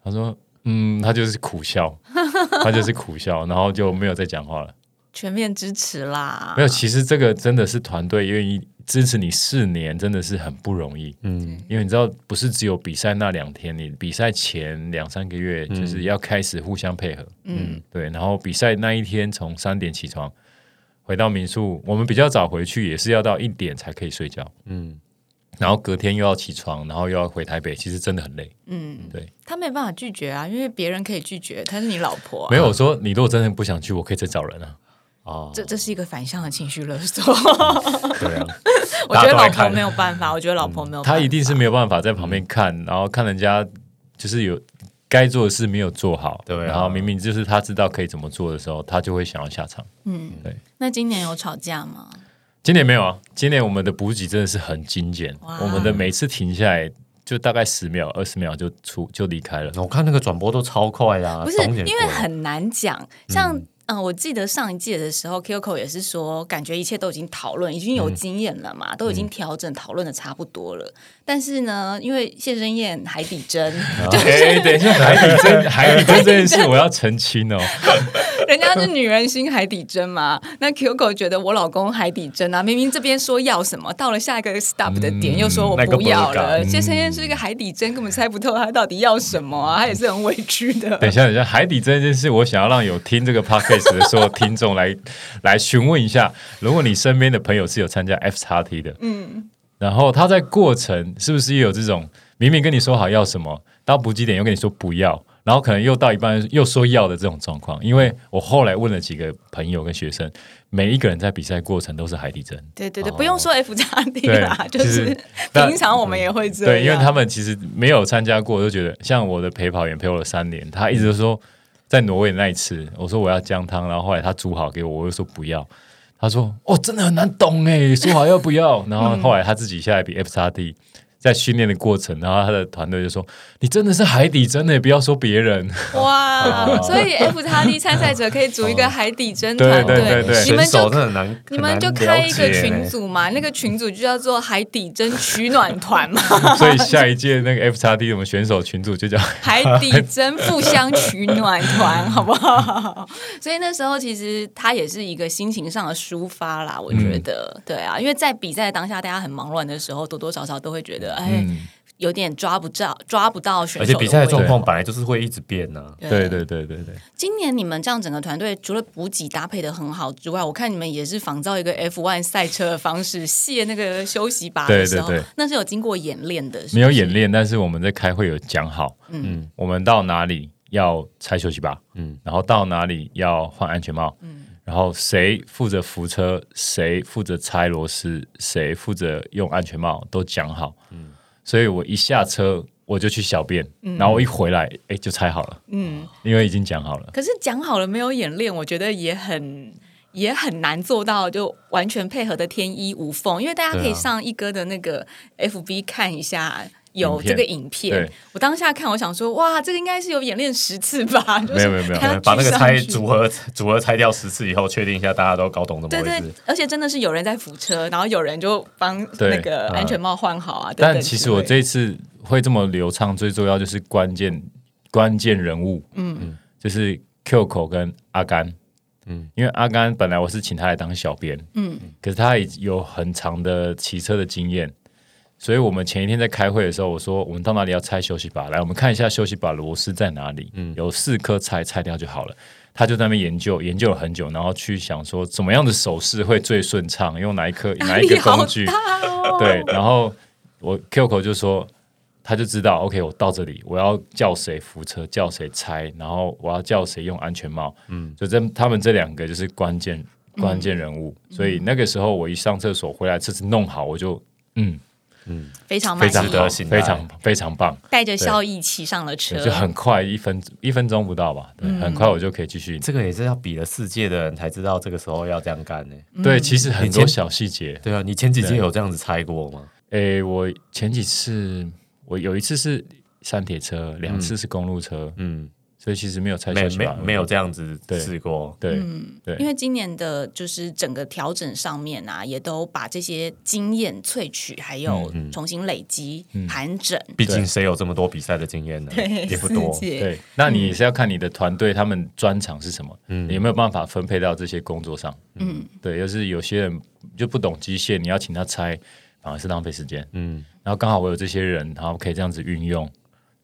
S3: 他说嗯，他就是苦笑，他就是苦笑，然后就没有再讲话了。
S4: 全面支持啦，
S3: 没有，其实这个真的是团队愿意支持你四年，真的是很不容易。
S5: 嗯，
S3: 因为你知道，不是只有比赛那两天，你比赛前两三个月就是要开始互相配合，
S4: 嗯
S3: 对。然后比赛那一天从三点起床，回到民宿，我们比较早回去，也是要到一点才可以睡觉，
S5: 嗯
S3: 嗯。然后隔天又要起床，然后又要回台北，其实真的很累。
S4: 嗯，
S3: 对，
S4: 他没办法拒绝啊，因为别人可以拒绝，她是你老婆啊、
S3: 没有我说你如果真的不想去，我可以再找人啊。
S5: 哦，
S4: 这这是一个反向的情绪勒 索，
S5: 对啊，
S4: 我觉
S5: 大
S4: 得
S5: 家都爱
S4: 老婆
S5: 看
S4: 没有办法，我觉得老婆没有办法，
S3: 嗯他一定是没有办法在旁
S5: 嗯
S3: 边看，然后看人家就是有该做的事没有做好，
S5: 对啊
S3: 然后明明就是他知道可以怎么做的时候，他就会想要下场。
S4: 嗯
S3: 对。
S4: 那今年有吵架吗？
S3: 今年没有啊，今年我们的补给真的是很精简
S4: 哇，
S3: 我们的每次停下来就大概十秒、二十秒就出就离开了。
S5: 我看那个转播都超快的啊，
S4: 不是，
S5: 懂也
S4: 因为
S5: 过
S4: 很难讲。像嗯、呃我记得上一届的时候，Kyoko 也是说，感觉一切都已经讨论，已经
S3: 嗯
S4: 有经验了嘛，都已经调整讨论的差不多了。但是呢，因为谢生燕、海底 针，
S5: 啊
S3: 哎，等一下，海底针，海底针这件事我要澄清哦。
S4: 人家是女人心海底针嘛，那 Kyoko 觉得我老公海底针啊，明明这边说要什么，到了下一个 stop 的点、
S3: 嗯
S4: 又说我
S5: 那个
S4: 不要
S5: 不敢
S4: 了。谢生燕是一个海底针，根本猜不透他到底要什么啊，他也是很委屈 的。
S3: 等一下，等一下，海底针这件事，我想要让有听这个 podcast 的所有听众来来询问一下，如果你身边的朋友是有参加 F 叉 T 的，嗯，然后他在过程是不是也有这种明明跟你说好要什么，到补给点又跟你说不要，然后可能又到一半又说要的这种状况？因为我后来问了几个朋友跟学生，每一个人在比赛过程都是海底针。
S4: 对对对，不用说 F 叉 D
S3: 哦对
S4: 啦，就
S3: 其实
S4: 是
S3: 但
S4: 平常我们也会这样。
S3: 对，因为他们其实没有参加过，我就觉得像我的陪跑员陪我了三年，他一直都说在挪威的那一次，我说我要姜汤，然后后来他煮好给我，我又说不要，他说哦真的很难懂哎，说好要不要，然后后来他自己下来比 F 叉 D。在训练的过程，然后他的团队就说：“你真的是海底针的，不要说别人。
S4: 哇，所以 F 叉 D 参赛者可以组一个海底针团
S3: 哦对对
S4: 队，
S3: 对
S4: 你
S5: 选
S4: 们
S5: 手
S4: 就
S5: 真的很难，
S4: 你们就
S5: 很难
S4: 开一个
S5: 了解
S4: 群
S5: 呢，
S4: 组嘛，那个群组就叫做海底针取暖团嘛，”
S3: 所以下一届那个 F 叉 D 我们选手群组就叫
S4: 海底针互相取暖团，好不好？所以那时候其实它也是一个心情上的抒发啦，我觉得，
S3: 嗯
S4: 对啊，因为在比赛当下大家很忙乱的时候，多多少少都会觉得，哎，
S3: 嗯，
S4: 有点抓不到抓不到选
S5: 而
S4: 手
S5: 且
S4: 的
S5: 比赛的
S4: 位
S5: 状
S4: 置
S5: 况本来就是会一直变啊呐。
S3: 对对对对对，
S4: 今年你们这样整个团队，除了补给搭配的很好之外，我看你们也是仿造一个 F1 赛车的方式，卸那个休息把的时候，
S3: 对对对
S4: 那是有经过演练的，是不是
S3: 没有演，练，但是我们在开会有讲好，
S4: 嗯
S3: 嗯，我们到哪里要拆休息吧，
S5: 嗯
S3: 嗯，然后到哪里要换安全帽，嗯，然后谁负责扶车，谁负责拆螺丝，谁负责用安全帽，都讲好，嗯，所以我一下车我就去小便，然后我一回来，哎，就拆好了，
S4: 嗯。
S3: 因为已经讲好了。
S4: 可是讲好了没有演练，我觉得也很。也很难做到就完全配合的天衣无缝，因为大家可
S5: 对
S4: 以
S5: 啊
S4: 上一哥的那个 FB 看一下有
S3: 影片
S4: 这个影片。
S3: 对
S4: 我当下看，我想说，哇，这个应该是有演练十次 吧？就是
S3: 没有没有没有
S4: 大家
S5: 对把那个
S4: 聚上
S5: 拆
S4: 去
S5: 组合组合拆掉十次以后，确定一下大家都搞懂怎么
S4: 对
S5: 回
S4: 对
S5: 事。，
S4: 而且真的是有人在扶车，然后有人就帮
S3: 对
S4: 那个安全帽换好啊。等等
S3: 但其实我
S4: 之类
S3: 这一次会这么流畅，最重要就是关键关键人物，嗯，就是 Q 口跟阿甘，嗯，因为阿甘本来我是请他来当小编，嗯，可是他已有很长的骑车的经验。所以我们前一天在开会的时候，我说我们到哪里要拆休息把，来我们看一下休息把螺丝在哪里，嗯，有四颗拆拆掉就好了。他就在那边研究，研究了很久，然后去想说怎么样的手势会最顺畅，用哪一颗
S4: 的
S3: 哪一个
S4: 压力
S3: 工具，
S4: 好大哦
S3: 对，然后我 Qco 就说，他就知道 OK，我到这里，我要叫谁扶车，叫谁拆，然后我要叫谁用安全帽，嗯，就这他们这两个就是关键
S5: 嗯
S3: 关键人物，所以那个时候我一上厕所回来，车子弄好，我就嗯，
S5: 嗯，
S4: 非常满
S3: 非常
S5: 值得
S3: 好，
S4: 意，
S5: 信赖
S3: 非常非常棒，
S4: 带着笑意骑上了车
S3: 对，就很快一分一分钟不到吧，对，
S5: 嗯
S3: 很快我就可以继续。
S5: 这个也是要比了世界的人才知道，这个时候要这样干呢、
S3: 对，其实很
S5: 以
S3: 多
S5: 前
S3: 小细节，
S5: 对啊，你前几
S3: 对
S5: 届有这样子猜过吗？
S3: 诶、我前几次，我有一次是山铁车，两次是公路车，
S5: 嗯，
S3: 所以其实没有拆
S5: 没
S3: 下去
S5: 没
S3: 吧
S5: 没有这样子试过。
S3: 对，对
S4: 因为今年的就是整个调整上面啊，也都把这些经验萃取，还有
S5: 嗯
S4: 重新累积、盘整。
S5: 毕竟谁有这么多比赛的经验呢？嗯 也不多
S1: 世。界
S3: 对，那你也是要看你的团队他们专长是什么，你有没有办法分配到这些工作上？嗯，对，要是有些人就不懂机械，你要请他拆，反而是浪费时间。
S5: 嗯，
S3: 然后刚好我有这些人，然后可以这样子运用，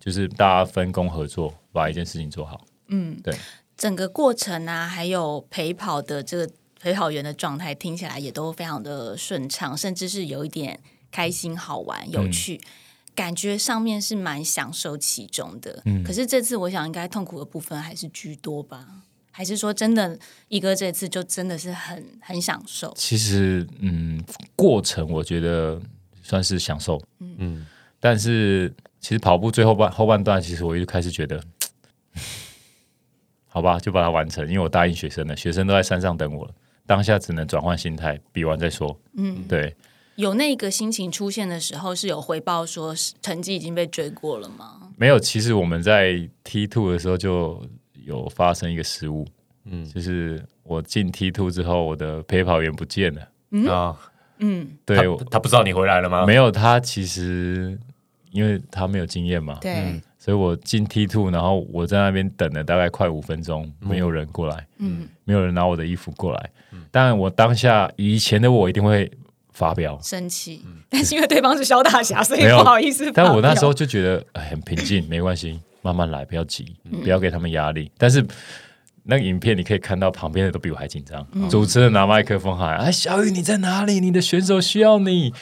S3: 就是大家分工合作，把一件事情做好。
S4: 整个过程啊，还有陪跑的这个陪跑员的状态，听起来也都非常的顺畅，甚至是有一点开心、好玩、
S5: 嗯
S4: 有趣。感觉上面是蛮享受其中的，
S5: 嗯
S4: 可是这次我想应该痛苦的部分还是居多吧？还是说真的，一哥这次就真的是很很享受？
S3: 其实，嗯，过程我觉得算是享受，
S5: 嗯，
S3: 但是其实跑步最后半后半段，其实我就开始觉得， 好吧，就把它完成，因为我答应学生了，学生都在山上等我了，当下只能转换心态，比完再说。嗯，对，
S4: 有那个心情出现的时候，是有回报说是成绩已经被追过了吗？
S3: 没有，其实我们在 T two 的时候就有发生一个失误，嗯，就是我进 T two 之后，我的陪跑员不见了，
S4: 嗯
S5: 啊，
S3: 对，
S5: 他他不知道你回来了吗？
S3: 没有他其实因为他没有经验嘛，
S1: 对，
S3: 所以我进 T two，然后我在那边等了大概快五分钟，没有人过来，嗯，没有人拿我的衣服过来。但我当下以前的我一定会发飙，
S4: 生气，
S1: 但是因为对方是萧大侠，所以
S3: 嗯没有
S1: 不好意 思。
S3: 但我那时候，就觉得哎很平静，没关系，慢慢来，不要急，不要给他们压力。但是那个影片你可以看到，旁边的都比我还紧张。主持人拿麦克风喊：“哎，小雨你在哪里？你的选手需要你。”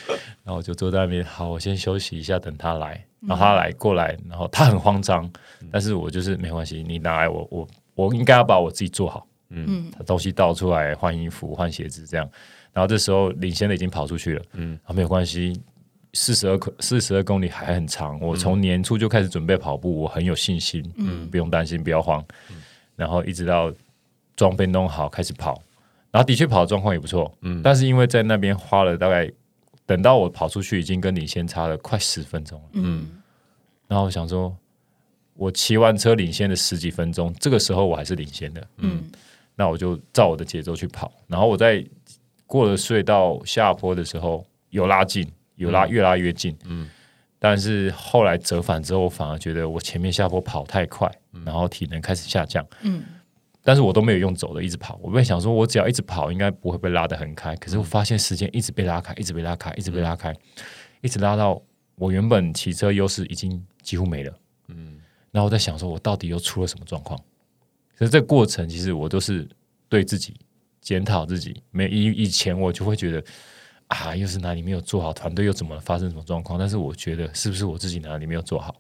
S3: 然后我就坐在那边，好，我先休息一下，等他来。然后他来过来，然后他很慌张，但是我就是没关系，你拿来我我我应该要把我自己做好。嗯，他东西倒出来，换衣服、换鞋子这样。然后这时候领先的已经跑出去了，嗯，然后没有关系，四十二四十二公里还很长，我从年初就开始准备跑步，我很有信心，嗯，不用担心，不要慌。然后一直到装备弄好开始跑，然后的确跑的状况也不错，嗯，但是因为在那边花了大概，等到我跑出去已经跟领先差了快十分钟了，
S4: 嗯，
S3: 然后我想说，我骑完车领先的十几分钟，这个时候我还是领先的，
S4: 嗯，
S3: 那我就照我的节奏去跑。然后我在过了隧道下坡的时候，有拉近，有拉越拉越近，嗯，但是后来折返之后，我反而觉得我前面下坡跑太快，然后体能开始下降，
S4: 嗯。
S3: 但是我都没有用走的，一直跑。我本来想说，我只要一直跑，应该不会被拉得很开。可是我发现时间一直被拉开，一直被拉开，一直被拉开，一直拉到我原本骑车优势已经几乎没了。然后我在想说，我到底又出了什么状况？所以这个过程其实我都是对自己检讨自己。没以以前我就会觉得啊，又是哪里没有做好，团队又怎么了发生什么状况？但是我觉得是不是我自己哪里没有做好？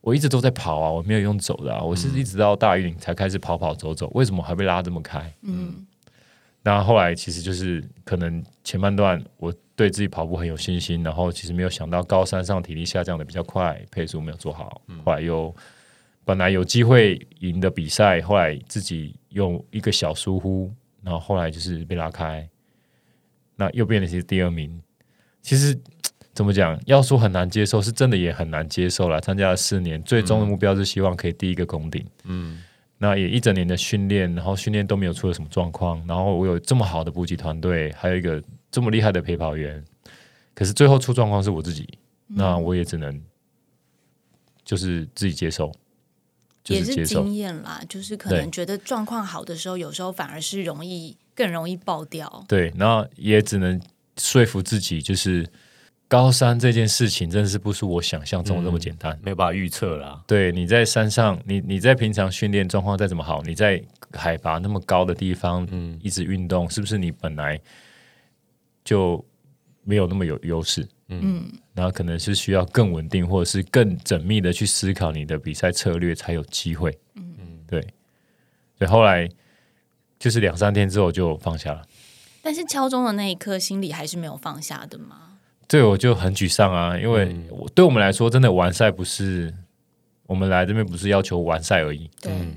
S3: 我一直都在跑啊，我没有用走的啊，我是一直到大玉岭才开始跑跑走走，为什么我还被拉这么开？嗯，那后来其实就是可能前半段我对自己跑步很有信心，然后其实没有想到高山上体力下降的比较快，配速没有做好，后来又本来有机会赢的比赛，后来自己用一个小疏忽，然后后来就是被拉开，那又变得是第二名。其实怎么讲，要说很难接受，是真的也很难接受了。参加了四年，最终的目标是希望可以第一个攻顶。嗯，那也一整年的训练，然后训练都没有出了什么状况，然后我有这么好的补给团队，还有一个这么厉害的陪跑员，可是最后出状况是我自己，
S4: 嗯
S3: 那我也只能就是自己接受。就
S4: 也
S3: 是接
S4: 是
S3: 受
S4: 经，验啦，就是可
S3: 对
S4: 能觉得状况好的时候，有时候反而是容易更容易爆掉。
S3: 对，那也只能说服自己，就是高山这件事情真的是不是我想象中的那么简单。
S5: 没有办法预测啦。
S3: 对，你在山上，你你在平常训练状况再怎么好，你在海拔那么高的地方，嗯，一直运动，是不是你本来就没有那么有优势？嗯，然后可能是需要更稳定，或者是更缜密的去思考你的比赛策略，才有机会。嗯，对。所以后来就是两三天之后就放下了。
S4: 但是敲钟的那一刻，心里还是没有放下的嘛。
S3: 对我就很沮丧啊，因为我对我们来说，真的完赛不是我们来这边不是要求完赛而已，
S4: 对，
S5: 嗯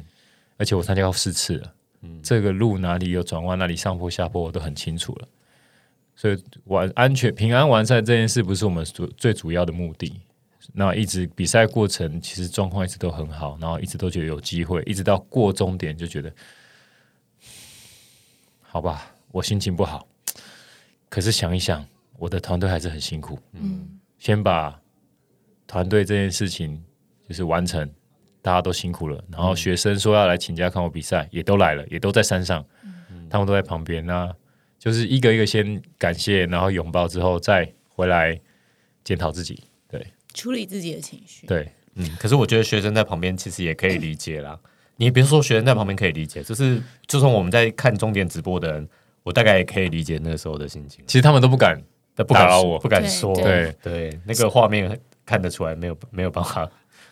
S3: 而且我参加过四次了，这个路哪里有转弯，哪里上坡下坡，我都很清楚了。所以完安全平安完赛这件事不是我们主最主要的目的。那一直比赛过程其实状况一直都很好，然后一直都觉得有机会，一直到过终点就觉得，好吧，我心情不好。可是想一想，我的团队还是很辛苦。嗯，先把团队这件事情就是完成，大家都辛苦了。然
S5: 嗯
S3: 后学生说要来请假看我比赛，也都来了，也都在山上，
S5: 嗯
S3: 他们都在旁边。那就是一个一个先感谢，然后拥抱之后，再回来检讨自己。对
S4: 处理自己的情绪，
S3: 对，
S5: 嗯，可是我觉得学生在旁边其实也可以理解啦。你别说学生在旁边可以理解，就是就算我们在看终点直播的人，我大概也可以理解那个时候的心情。
S3: 其实他们都不敢。
S5: 但不敢
S3: 打扰
S5: 说
S3: 我
S5: 不敢说，
S3: 对
S5: 对，那个画面看得出来，没有没有办法，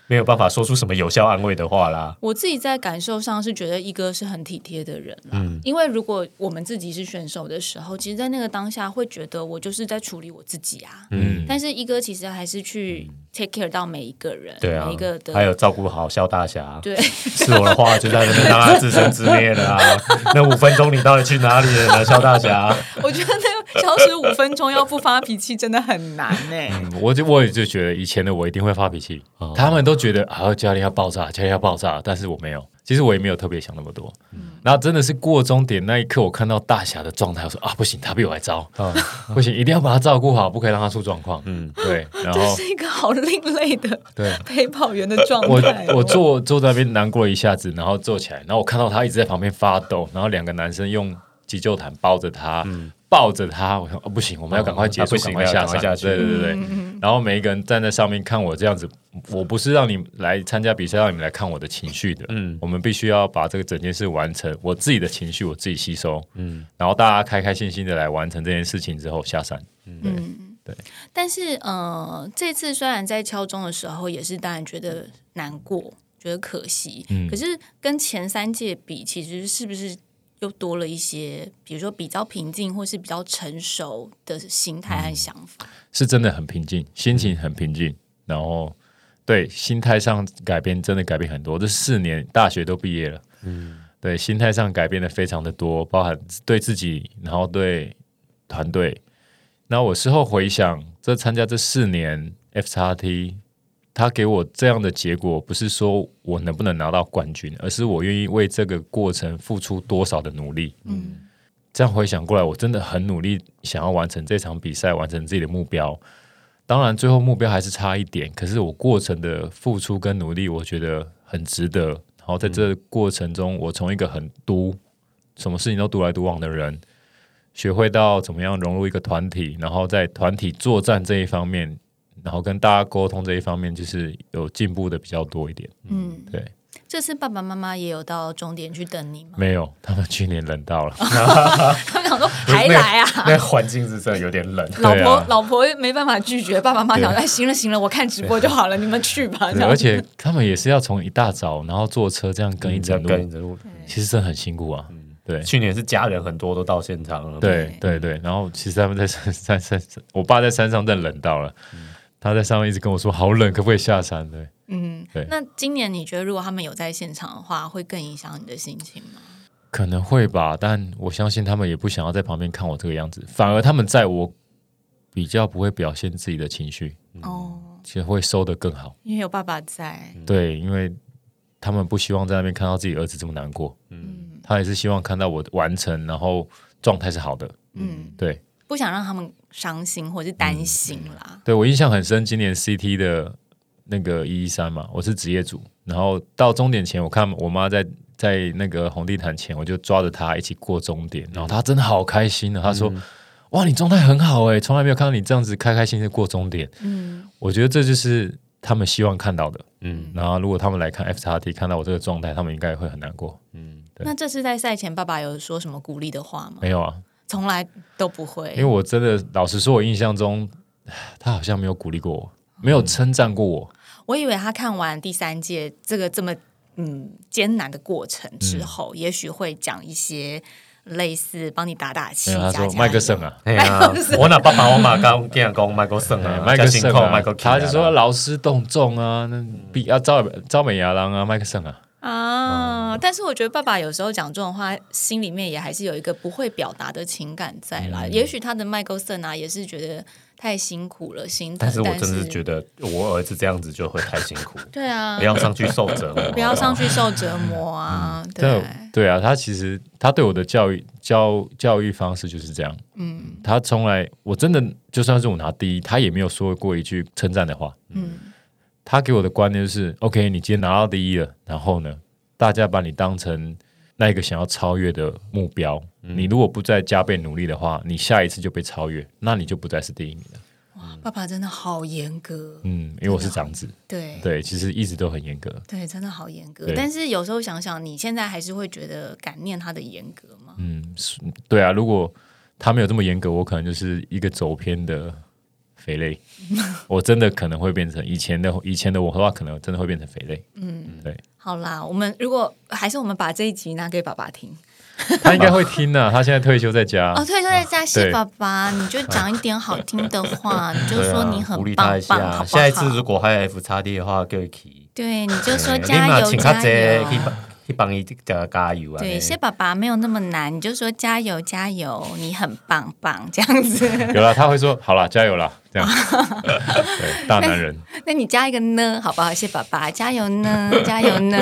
S5: 没有办法说出什么有效安慰的话啦。
S4: 我自己在感受上是觉得一哥是很体贴的人啦，
S5: 嗯
S4: 因为如果我们自己是选手的时候，其实，在那个当下会觉得我就是在处理我自己啊，
S3: 嗯，
S4: 但是一哥其实还是去 take care 到每一个人，
S5: 对啊
S4: 每一个，的，
S5: 还有照顾好肖大侠，
S4: 对，
S5: 是我的话就在那边让他自生自灭了啊。 那五分钟你到底去哪里了呢，肖大侠？
S4: 我觉得那消失五分钟要不发脾气真的很难欸呢、
S3: 我就我也就觉得以前的我一定会发脾气，
S5: 哦
S3: 他们都觉得啊教练要爆炸，教练要爆炸，但是我没有，其实我也没有特别想那么多。
S5: 嗯
S3: 然后真的是过终点那一刻，我看到大侠的状态，我说啊不行，他比我还糟，
S5: 嗯
S3: 不行，一定要把他照顾好，不可以让他出状况。
S5: 嗯
S3: 哦嗯，对，然
S4: 这
S3: 后
S4: 是一个好另类的
S3: 对。
S4: 陪跑员的状
S3: 我
S4: 态哦。
S3: 我坐坐在那边难过了一下子，然后坐起来，然后我看到他一直在旁边发抖，然后两个男生用急救毯包着他，抱着他，我说、哦、不行，我们要赶快结
S5: 嗯啊不
S3: 束，
S5: 行
S3: 赶、快下
S5: 赶快
S3: 山，
S5: 下去
S3: 对对对对。然后每一个人站在上面看我这样子，我不是让你来参加比赛，让你们来看我的情绪的，
S5: 嗯
S3: 我们必须要把这个整件事完成，我自己的情绪我自己吸收，嗯，然后大家开开心心的来完成这件事情之后下山，
S4: 嗯，
S3: 对。
S4: 但是呃，这次虽然在敲钟的时候也是当然觉得难过，觉得可惜，
S3: 嗯
S4: 可是跟前三届比，其实是不是又多了一些，比如说比较平静或是比较成熟的心态和想法？
S3: 是真的很平静，心情很平静，然后对心态上改变真的改变很多。这四年大学都毕业了，嗯，对，心态上改变的非常的多，包含对自己，然后对团队。那我事后回想，这参加这四年 F x T，他给我这样的结果，不是说我能不能拿到冠军，而是我愿意为这个过程付出多少的努力。
S4: 嗯
S3: 这样回想过来，我真的很努力，想要完成这场比赛，完成自己的目标。当然，最后目标还是差一点，可是我过程的付出跟努力，我觉得很值得。然后在这个过程中，我从一个很独，什么事情都独来独往的人，学会到怎么样融入一个团体，然后在团体作战这一方面，然后跟大家沟通这一方面，就是有进步的比较多一点。
S4: 嗯，
S3: 对，
S4: 这次爸爸妈妈也有到终点去等 你吗？
S3: 没有，他们去年冷到了，
S4: 他们想说还来啊？
S5: 那环境是真的有点冷，
S4: 老
S3: 对
S4: 婆、
S3: 啊
S4: 老婆没办法拒绝，爸爸妈妈
S3: 对啊
S4: 想说，哎，行了行了，我看直播就好了，你们去吧。这
S3: 对
S4: 样
S3: 而且他们也是要从一大早，然后坐车这样跟一整路，
S5: 嗯跟一整路。
S3: 其实真的很辛苦啊。对
S5: 去年是家人很多都到现场了，
S3: 对对对，然后其实他们在山山山，我爸在山上真的冷到了，
S5: 嗯
S3: 他在上面一直跟我说好冷，可不可以下山？对，
S4: 嗯
S3: 对，
S4: 那今年你觉得如果他们有在现场的话，会更影响你的心情吗？
S3: 可能会吧，但我相信他们也不想要在旁边看我这个样子，反而他们在我比较不会表现自己的情绪，
S4: 哦，
S3: 其实会收得更好。
S4: 因为有爸爸在，
S3: 对，因为他们不希望在那边看到自己儿子这么难过，
S4: 嗯
S3: 他也是希望看到我完成，然后状态是好的。
S4: 嗯，
S3: 对，
S4: 不想让他们伤心或者是担心啦。
S3: 对我印象很深，今年 CT 的那个一一三嘛，我是职业组，然后到终点前，我看我妈在在那个红地毯前，我就抓着她一起过终点，然后她真的好开心啊，她说。哇，你状态很好哎、从来没有看到你这样子开开心心地过终点。
S4: 嗯
S3: 我觉得这就是他们希望看到的。
S5: 嗯
S3: 然后，如果他们来看 F x T，看到我这个状态，他们应该也会很难过。
S5: 嗯，
S3: 对
S4: 那这次在赛前，爸爸有说什么鼓励的话吗？
S3: 没有啊，
S4: 从来都不会
S3: 因为，我真的老实说，我印象中他好像没有鼓励过我，没有称赞过我。
S4: 我以为他看完第三届
S5: 嗯
S4: 这个这么嗯艰难的过程之后，也许会讲一些类似帮你打打气，
S3: 没有，他
S4: 加
S3: 说
S4: 加
S3: 麦克
S4: 油
S3: 胜啊，
S5: 哎呀，我哪爸爸我妈刚跟人讲麦克胜啊，
S3: 麦克
S5: 辛
S3: 胜
S5: 苦
S3: 啊，
S5: 麦克，
S3: 他就说劳师动众啊，那
S5: 嗯
S3: 比啊招招美牙郎啊，麦克胜啊，
S5: 嗯
S4: 啊！但是我觉得爸爸有时候讲这种话，心里面也还是有一个不会表达的情感在
S5: 嗯
S4: 啦。也许他的麦克森啊，也是觉得太辛苦了，心疼。
S5: 但
S4: 但
S5: 是我真的是觉
S4: 得，
S5: 得我儿子这样子就会太辛 苦，
S4: 对啊
S5: 不，要上去受折磨，
S4: 不要上去受折磨啊！
S5: 嗯
S3: 但
S4: 对，
S3: 对啊，他其实他对我的教育教教育方式就是这样，嗯，他从来我真的就算是我拿第一，他也没有说过一句称赞的话，嗯，他给我的观念就是，OK，你今天拿到第一了，然后呢，大家把你当成那一个想要超越的目标，
S5: 嗯
S3: 你如果不再加倍努力的话，你下一次就被超越，那你就不再是第一名了，
S4: 爸爸真的好严格，
S3: 嗯，因为我是长子，
S4: 对
S3: 对，其实一直都很严格，
S4: 对，真的好严格
S3: 对。
S4: 但是有时候想想，你现在还是会觉得感念他的严格吗？
S3: 嗯，是对啊，如果他没有这么严格，我可能就是一个走偏的肥 类，我真的可能会变成以前的以前的我的话，可能真的会变成肥类。嗯，对，
S4: 好啦，我们如果还是我们把这一集拿给爸爸听
S3: 他应该会听啊呐、他现在退休在
S5: 啊
S3: 家，
S4: 哦，退休在家谢
S3: 对
S4: 爸爸，你就讲一点好听的话，你就
S5: 对啊
S4: 说你很
S5: 鼓励他
S4: 棒
S5: 一
S4: 棒，好
S5: 下。
S4: 不好？
S5: 下一次如果还有 F 叉 D 的话，各位起，
S4: 对，你就说
S5: 哎
S4: 加油
S5: 你嘛请较
S4: 加油啊
S5: 多。去帮去帮伊加加油啊！
S4: 对，
S5: 呢
S4: 谢爸爸没有那么难，你就说加油加油，你很棒棒这样子。
S3: 有了他会说好啦，加油啦， 这样，对，大男人，
S4: 那你加一个呢，好不好？谢爸爸，加油呢，加油呢。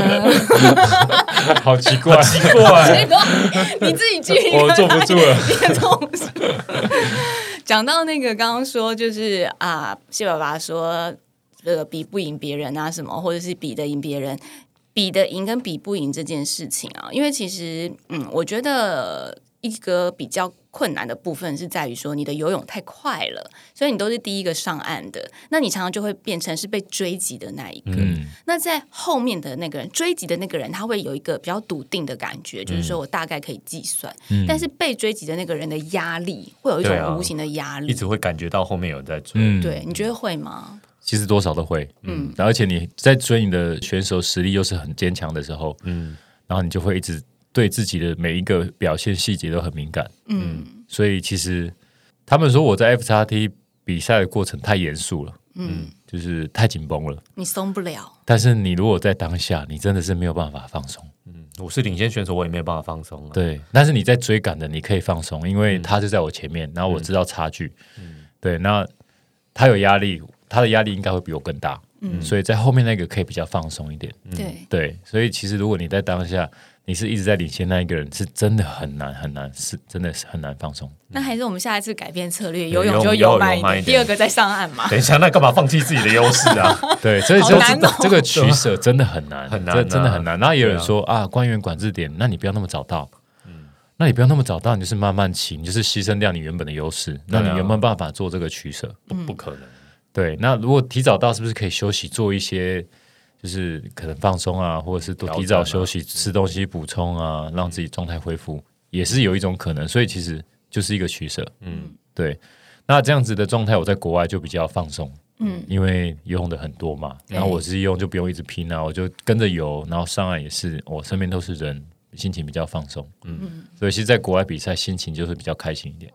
S3: 好奇怪，
S4: 结果你自己去，
S3: 我坐不住了。
S4: 变重视。 讲到那个刚刚说，就是啊，谢爸爸说这个比不赢别人啊，什么或者是比得赢别人，比得赢跟比不赢这件事情啊，因为其实嗯，我觉得一个比较困难的部分是在于说你的游泳太快了，所以你都是第一个上岸的，那你常常就会变成是被追击的那一个。
S3: 嗯，
S4: 那在后面的那个人追击的那个人，他会有一个比较笃定的感觉，就是说我大概可以计算。
S5: 嗯
S4: 但是被追击的那个人的压力，会有一
S5: 对啊
S4: 种无形的压力。
S5: 一直会感觉到后面有人在追。
S3: 嗯，
S4: 对，你觉得会吗？
S3: 其实多少都会，嗯，而且你在追你的选手实力又是很坚强的时候，嗯，然后你就会一直对自己的每一个表现细节都很敏感，嗯，所以其实他们说我在 F 叉 T 比赛的过程太严肃了，嗯，就是太紧绷了，
S4: 你松不了，
S3: 但是你如果在当下，你真的是没有办法放松，
S5: 我是领先选手，我也没有办法放松啊。
S3: 对，但是你在追赶的，你可以放松，因为他就在我前面，然后我知道差距。对，那他有压力，他的压力应该会比我更大，所以在后面那个可以比较放松一点。
S5: 嗯
S4: 对，
S3: 对，所以其实如果你在当下，你是一直在领先那一个人，是真的很难很难，是真的是很难放松。
S4: 那还是我们下一次改变策略，
S5: 游泳
S4: 游泳就
S5: 游
S4: 游
S5: 慢
S4: 慢
S5: 一点
S4: 一点，第二个再上岸嘛。
S5: 等一下，那干嘛放弃自己的优势 啊？
S3: 对，所以
S4: 好
S3: 这
S4: 难哦
S3: 这个取舍真的很难，
S5: 很难
S3: 这
S5: 啊
S3: 真的很难。然后也有人
S5: 对啊
S3: 说啊，官员管制点，那你不要那么早到，那你不要那么早到，你就是慢慢骑，你就是牺牲掉你原本的优势，那你
S5: 对啊
S3: 有没有办法做这个取舍？
S5: 不不可能，
S3: 对，那如果提早到，是不是可以休息，做一些就是可能放松啊，或者是多
S5: 调整啊
S3: 提早休息，吃东西补充啊，让自己状态恢复，也是有一种可能。所以其实就是一个取舍，嗯，对。那这样子的状态，我在国外就比较放松，嗯，因为游泳的很多嘛，然后我自己游泳就不用一直拼啊，我就跟着游，然后上岸也是，我身边都是人，心情比较放松，嗯，所以其实在国外比赛心情就是比较开心一点，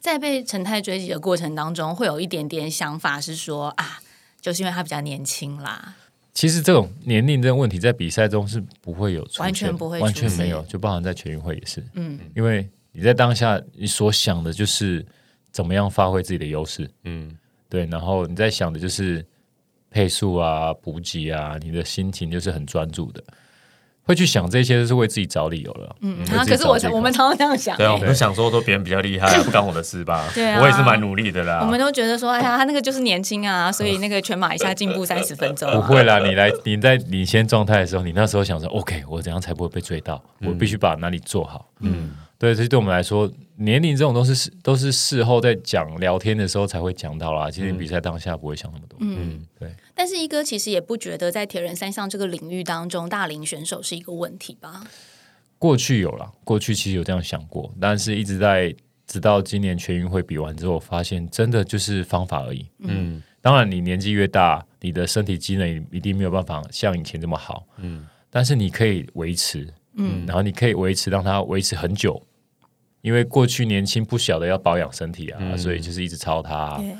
S4: 在被陈太追击的过程当中，会有一点点想法是说啊，就是因为他比较年轻啦，
S3: 其实这种年龄这个问题在比赛中是不会有出现
S4: 完全不会
S3: 完全
S4: 出现
S3: 没有，就包含在全运会也是，嗯，因为你在当下你所想的就是怎么样发挥自己的优势，
S5: 嗯，
S3: 对，然后你在想的就是配速啊、补给啊，你的心情就是很专注的，会去想这些就是为自己找理由了，嗯
S4: 啊，可是我我们常常这样想、
S5: 对啊，我
S4: 欸
S5: 们就想说都别人比较厉 害，不干我的事吧？
S4: 对啊
S5: 我也是蛮努力的啦。
S4: 我们都觉得说，哎呀，他那个就是年轻啊，所以那个全马一下进步三 十分钟、
S3: 不
S4: 啊。
S3: 会啦，你来你在领先状态的时候，你那时候想说，OK，我怎样才不会被追到？我必须把哪里做好。嗯，对，所以对我们来说，年龄这种都是事都是事后在讲聊天的时候才会讲到啦。其实比赛当下不会想那么多。嗯，对，
S4: 但是一哥其实也不觉得在铁人三项这个领域当中，大龄选手是一个问题吧？
S3: 过去有啦，过去其实有这样想过，但是一直在直到今年全运会比完之后，发现真的就是方法而已。
S5: 嗯，
S3: 当然，你年纪越大，你的身体机能一定没有办法像以前这么好，嗯，但是你可以维持，嗯，然后你可以维持，让它维持很久，因为过去年轻不晓得要保养身体啊，
S5: 嗯
S3: 所以就是一直操它啊、
S4: 对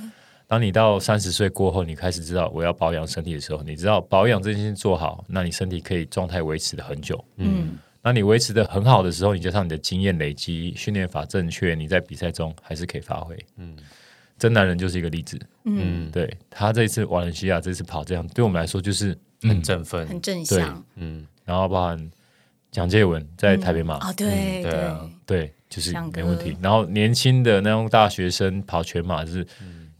S3: 当你到三十岁过后，你开始知道我要保养身体的时候，你知道保养这件事情做好，那你身体可以状态维持的很久。
S4: 嗯，
S3: 那你维持的很好的时候，你加上你的经验累积、训练法正确，你在比赛中还是可以发挥。嗯，真男人就是一个例子。
S5: 嗯，
S3: 对他这次瓦伦西亚这次跑这样，对我们来说就是，
S5: 很振奋
S4: 很，正
S3: 对
S4: 向
S5: 嗯，
S3: 然后包含蒋介文在台北马，
S4: 哦，
S5: 嗯
S4: 对
S5: 对啊
S3: 对，就是
S4: 蒋
S3: 没
S4: 哥
S3: 问题。然后年轻的那种大学生跑全马就是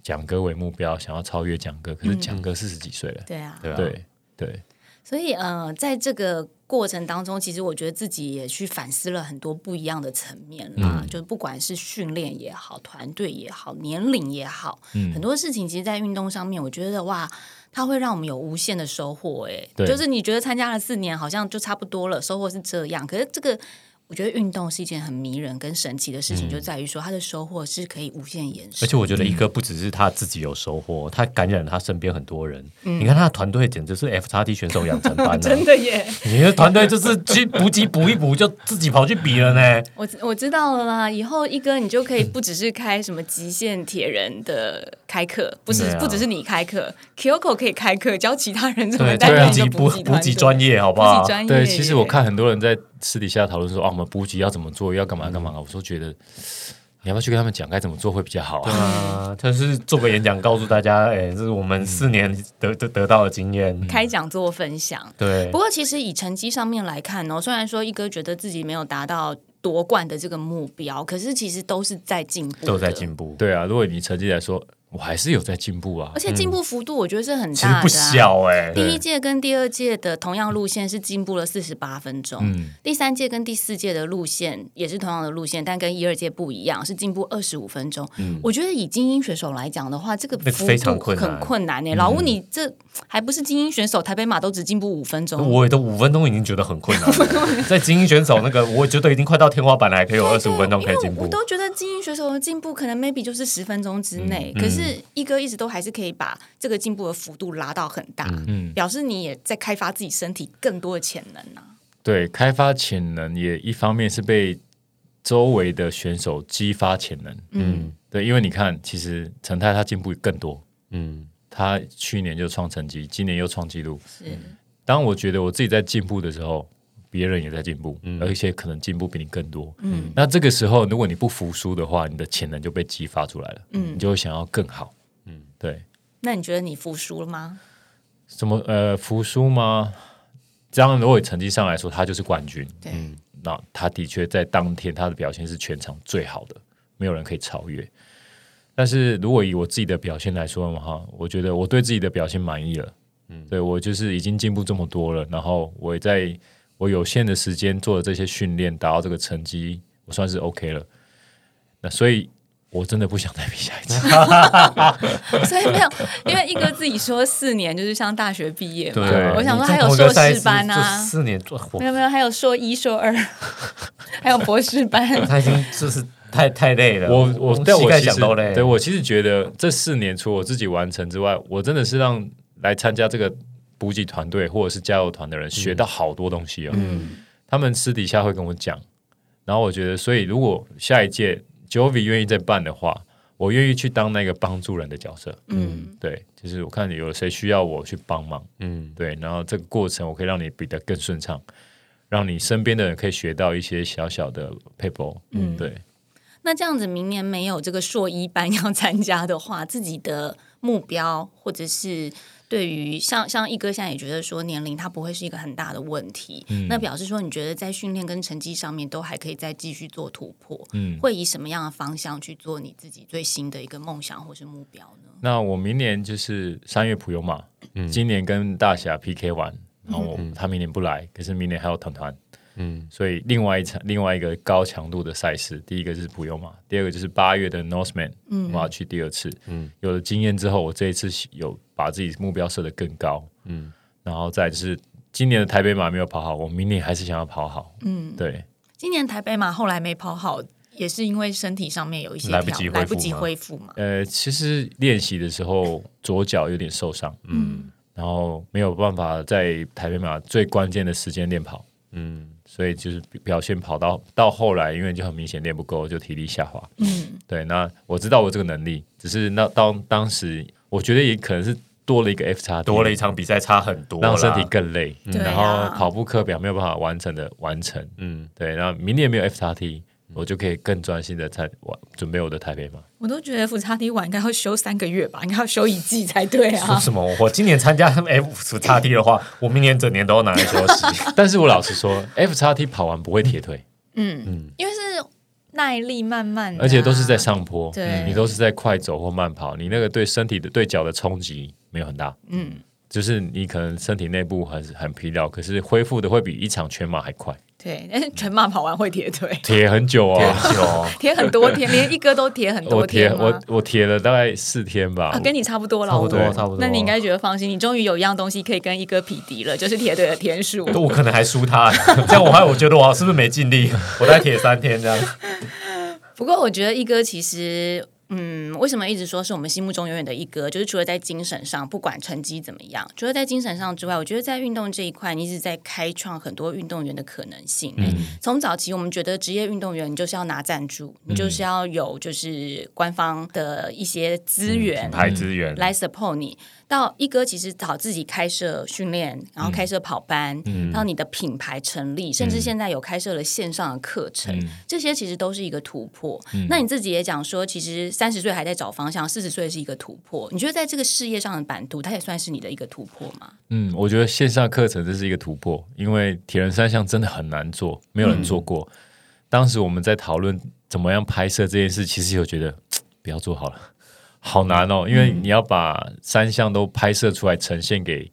S3: 蒋哥为目标，想要超越蒋哥，可是蒋哥四十几岁了，
S4: 对啊，
S5: 对啊，
S3: 对对，
S4: 所以呃，在这个过程当中，其实我觉得自己也去反思了很多不一样的层面啦，
S5: 嗯
S4: 就是不管是训练也好，团队也好，年龄也好，
S5: 嗯
S4: 很多事情其实，在运动上面，我觉得哇。它会让我们有无限的收获，哎，
S3: 对
S4: 就是你觉得参加了四年，好像就差不多了，收获是这样。可是这个，我觉得运动是一件很迷人跟神奇的事情，就在于说它的收获是可以无限延
S5: 嗯而
S4: 伸。
S5: 且我觉得一哥不只是他自己有收获，他感染了他身边很多人。
S4: 嗯
S5: 你看他的团队简直是 F 叉 T 选手养成班、 啊，真的耶！你的团队就是去补给补一补，就自己跑去比了呢。
S4: 我知我知道了啦，以后一哥你就可以不只是开什么极限铁人的开课，不是、
S5: 对啊
S4: 不只是你开课，Kyoko 可以开课教其他人怎
S5: 对，啊
S4: 么带
S5: 补
S4: 动
S5: 给
S4: 一个
S5: 补
S4: 给
S5: 补给专
S4: 业，
S5: 业，好不
S4: 补
S5: 好
S4: 给？专业耶。
S3: 嗯对，其实我看很多人在私底下讨论说啊，我们补给要怎么做，要干嘛干嘛，我说觉得你要不要去跟他们讲该怎么做会比较好啊？
S5: 啊，就是做个演讲，告诉大家，哎、这是我们四年得得得到的经验。
S4: 嗯开讲座分享。
S5: 对
S4: 不，过其实以成绩上面来看哦，虽然说一哥觉得自己没有达到夺冠的这个目标，可是其实都是在进步，
S5: 都在。进步，
S3: 对啊，如果你成绩来说，我还是有在进步啊
S4: 而。且进步幅度我觉得是很
S5: 嗯其实
S4: 大的、啊，
S5: 不小哎、
S4: 第一届跟第二届的同样路线是进步了四十八分钟，
S3: 嗯
S4: 第三届跟第四届的路线也是同样的路线，但跟一二届不一样，是进步二十五分钟。我觉得以精英选手来讲的话，这个
S5: 嗯那
S4: 幅
S5: 非常
S4: 度
S5: 困
S4: 很
S5: 难嗯
S4: 困难呢、欸老吴，你这还不是精英选手，台北马都只进步五分钟。
S5: 我也都五分钟已经觉得很困难 了，在精英选手那个，我觉得已经快到天花板了，还可以有二十五分钟可以进
S4: 我
S5: 步。
S4: 都觉得精英选手的进步可能 maybe 就是十分钟之内，
S5: 嗯
S4: 可是一哥一直都还是可以把这个进步的幅度拉到很大，
S3: 嗯，
S4: 表示你也在开发自己身体更多的潜能啊。
S3: 对，开发潜能也一方面是被周围的选手激发潜能，
S5: 嗯
S3: 对，因为你看，其实陈泰他进步更多，
S5: 嗯
S3: 他去年就创成绩，今年又创纪录。
S4: 是。
S3: 当我觉得我自己在进步的时候，别人也在进步，
S5: 嗯
S3: 而且可能进步比你更多。嗯，那这个时候，如果你不服输的话，你的潜能就被激发出来了，嗯，你就会想要更好。嗯，对，
S4: 那你觉得你服输了吗？
S3: 什么呃服输吗？这样如果以成绩上来说，他就是冠军。
S4: 对
S3: 嗯，那他的确在当天他的表现是全场最好的，没有人可以超越。但是如果以我自己的表现来说的话，我觉得我对自己的表现满意了。嗯，对我就是已经进步这么多了，然后我也在我有限的时间做了这些训练，达到这个成绩，我算是 OK 了。那所以，我真的不想再比下一次。
S4: 所以没有，因为一哥自己说四年就是像大学毕业嘛，
S3: 对
S4: 我想说还有
S5: 你在同一个
S4: 硕
S5: 赛
S4: 士班啊
S5: 这四年做，哇
S4: 没有没有，还有硕一、硕二， 还有博士班。
S5: 他已经就是太太累了，
S3: 我我但
S5: 啊膝
S3: 我
S5: 盖
S3: 其
S5: 想
S3: 实
S5: 都累，
S3: 对我其实觉得这四年除我自己完成之外，我真的是让来参加这个补给团队或者是加油团的人学到好多东西哦。他们私底下会跟我讲，然后我觉得，所以如果下一届 Jovi 愿意再办的话，我愿意去当那个帮助人的角色。
S4: 嗯，
S3: 对，就是我看有谁需要我去帮忙，
S5: 嗯
S3: 对，然后这个过程我可以让你比得更顺畅，让你身边的人可以学到一些小小的 paper。嗯，对。
S4: 那这样子，明年没有这个硕一班要参加的话，自己的目标或者是对于像像一哥现在也觉得说年龄它不会是一个很大的问题，
S3: 嗯
S4: 那表示说你觉得在训练跟成绩上面都还可以再继续做突破，
S3: 嗯
S4: 会以什么样的方向去做你自己最新的一个梦想或是目标呢？
S3: 那我明年就是三月普悠玛，
S5: 嗯
S3: 今年跟大侠 PK 完，然后我、他明年不来，可是明年还有团团，
S5: 嗯
S3: 所以另外一场另外一个高强度的赛事，第一个是普悠玛，第二个就是八月的 Northman，、我要去第二次，
S5: 嗯
S3: 有了经验之后，我这一次有把自己目标设得更高，
S5: 嗯
S3: 然后再就是今年的台北马没有跑好，我明年还是想要跑好，嗯，对，
S4: 今年台北马后来没跑好，也是因为身体上面有一些
S5: 来
S4: 调
S5: 不及恢复吗
S4: 来不及恢复嘛。
S3: 呃，其实练习的时候左脚有点受伤，
S4: 嗯，
S3: 然后没有办法在台北马最关键的时间练跑。
S5: 嗯
S3: 所以就是表现跑到到后来，因为就很明显练不够，就体力下滑。嗯，对。那我知道我这个能力，只是那当当时我觉得也可能是多了一个 F 叉，
S5: 多了一场比赛差很多啦，
S3: 让身体更累，
S6: 对
S3: 然
S6: 啊
S3: 后跑步课表没有办法完成的完成。
S5: 嗯，
S3: 对，然后明年没有 F 叉 T，我就可以更专心的参完准备我的台北马。
S6: 我都觉得 F 叉 T 晚应该要休三个月吧，应该要休一季才对
S5: 说
S6: 啊。
S5: 什么？我今年参加 F 叉 T 的话，我明年整年都要拿来休息。
S3: 但是我老实说，F 叉 T 跑完不会铁腿，
S6: 因为是耐力慢慢的啊、
S3: 而且都是在上坡，
S6: 对
S3: 你都是在快走或慢跑，你那个对身体的对脚的冲击没有很大，嗯，就是你可能身体内部还是很疲劳，可是恢复的会比一场全马还快，
S6: 对，但是全马跑完会铁腿，
S3: 铁很久哦，
S5: 有，
S6: 铁很多天，连一哥都铁很多
S3: 我铁
S6: 天吗
S3: 我我铁了大概四天吧，
S6: 啊，跟你差不多了，
S5: 差不多
S6: 我
S5: 差不多
S6: 那你应该觉得放心，你终于有一样东西可以跟一哥匹敌了，就是铁腿的天数。
S5: 我可能还输他，这样我还我觉得我是不是没尽力？我再铁三天这样。
S4: 不过我觉得一哥其实，嗯，为什么一直说是我们心目中永远的一哥？就是除了在精神上，不管成绩怎么样，除了在精神上之外，我觉得在运动这一块，你一直在开创很多运动员的可能性。从早期我们觉得职业运动员，你就是要拿赞助，你就是要有就是官方的一些资源，
S5: 牌资源
S4: 来 support 你。到一哥其实找自己开设训练，然后开设跑班，
S3: 嗯
S4: 到你的品牌成立，甚至现在有开设了线上的课程，
S3: 嗯
S4: 这些其实都是一个突破。那你自己也讲说，其实三十岁还在找方向，四十岁是一个突破。你觉得在这个事业上的版图，它也算是你的一个突破吗？
S3: 嗯，我觉得线上课程这是一个突破，因为铁人三项真的很难做，没有人做过。当时我们在讨论怎么样拍摄这件事，其实有觉得不要做好了， 好难哦，因为你要把三项都拍摄出来呈现给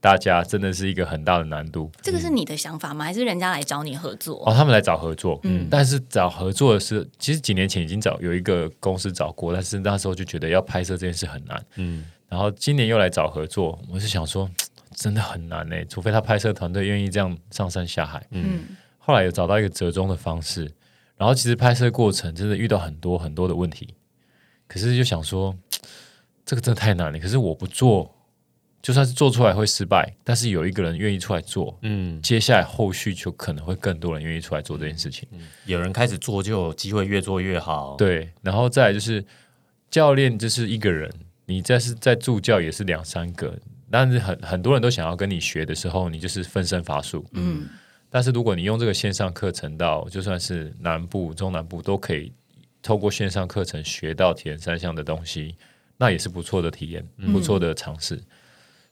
S3: 大家，真的是一个很大的难度。
S4: 这个是你的想法吗？还是人家来找你合作？
S3: 哦，他们来找合作，嗯，但是找合作的是，其实几年前已经找有一个公司找过，但是那时候就觉得要拍摄这件事很难，嗯，然后今年又来找合作，我是想说真的很难呢、除非他拍摄团队愿意这样上山下海，嗯，后来有找到一个折中的方式，然后其实拍摄过程真的遇到很多很多的问题，可是就想说这个真的太难了，可是我不做。就算是做出来会失败，但是有一个人愿意出来做，
S5: 嗯，
S3: 接下来后续就可能会更多人愿意出来做这件事情。
S5: 有人开始做就有机会，越做越好。，
S3: 对，然后再来就是教练就是一个人，你再是在助教也是两三个，但是很很多人都想要跟你学的时候，你就是分身乏术。嗯，但是如果你用这个线上课程到，就算是南部、中南部都可以透过线上课程学到铁人三项的东西，那也是不错的体验，不错的尝试。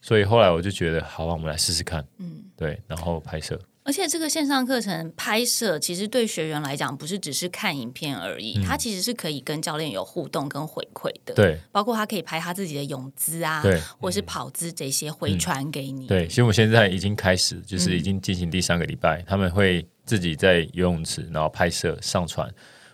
S3: 所以后来我就觉得，好吧，我们来试试看。嗯，对，然后拍摄。
S4: 而且这个线上课程拍摄，其实对学员来讲，不是只是看影片而已，
S3: 嗯
S4: 它其实是可以跟教练有互动跟回馈的。
S3: 对，
S4: 包括他可以拍他自己的泳姿啊
S3: 对，嗯
S4: 或者是跑姿这些回传给你。
S3: 对，其实我们现在已经开始，就是已经进行第三个礼拜，他们会自己在游泳池，然后拍摄上传。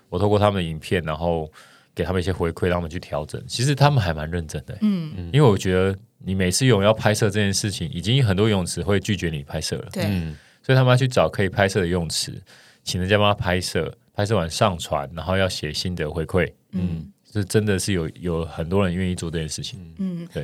S3: 我透过他们的影片，然后给他们一些回馈，让他们去调整。其实他们还蛮认真的、嗯，因为我觉得你每次游泳要拍摄这件事情，已经很多游泳池会拒绝你拍摄了，
S6: 对，
S4: 嗯
S3: 所以他们要去找可以拍摄的游泳池，请人家帮他拍摄，拍摄完上传，然后要写心得回馈。嗯，这真的是有有很多人愿意做这件事情。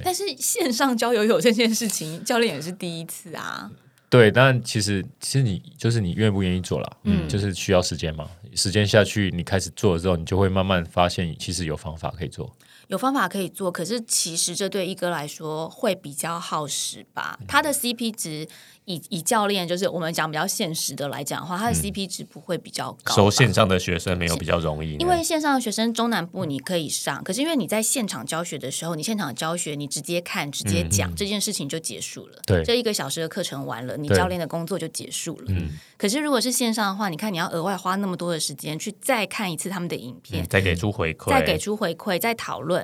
S6: 但是线上教游泳这件事情，教练也是第一次啊。
S3: 对，但其实其实你就是你愿不愿意做啦，嗯，就是需要时间嘛。时间下去，你开始做了之后，你就会慢慢发现，其实有方法可以做。
S4: 有方法可以做，可是其实这对一哥来说会比较耗时吧。
S3: 嗯
S4: 他的 CP 值以以教练就是我们讲比较现实的来讲的话，
S3: 嗯
S4: 他的 CP 值不会比较高吧。
S5: 收线上的学生没有比较容易呢，
S4: 因
S3: 嗯
S4: 为线上的学生中南部你可以上，可是因为你在现场教学的时候，你现场教学你直接看、直接讲、这件事情就结束了。
S3: 嗯对
S4: 这一个小时的课程完了，你
S3: 对嗯
S4: 教练的工作就结束了。可是如果是线上的话，你看你要额外花那么多的时间去再看一次他们的影片，
S5: 嗯再给出回馈，
S4: 再给出回馈，再讨论。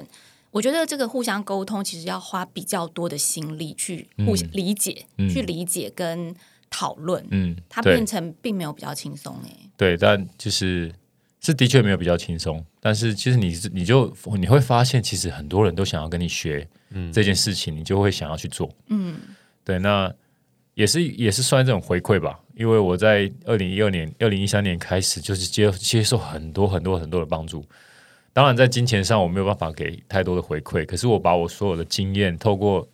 S4: 我觉得这个互相沟通其实要花比较多的心力去互相理解、去理解跟讨论，
S3: 嗯，
S4: 它
S3: 对
S4: 变成并没有比较轻松哎、
S3: 对，但就是是的确没有比较轻松，但是其实你是你就你会发现，其实很多人都想要跟你学这件事情，你就会想要去做。嗯，对，那也是也是算这种回馈吧，因为我在二零一二年、二零一三年开始就是接接受很多很多很多的帮助。当然，在金钱上我没有办法给太多的回馈，可是我把我所有的经验透过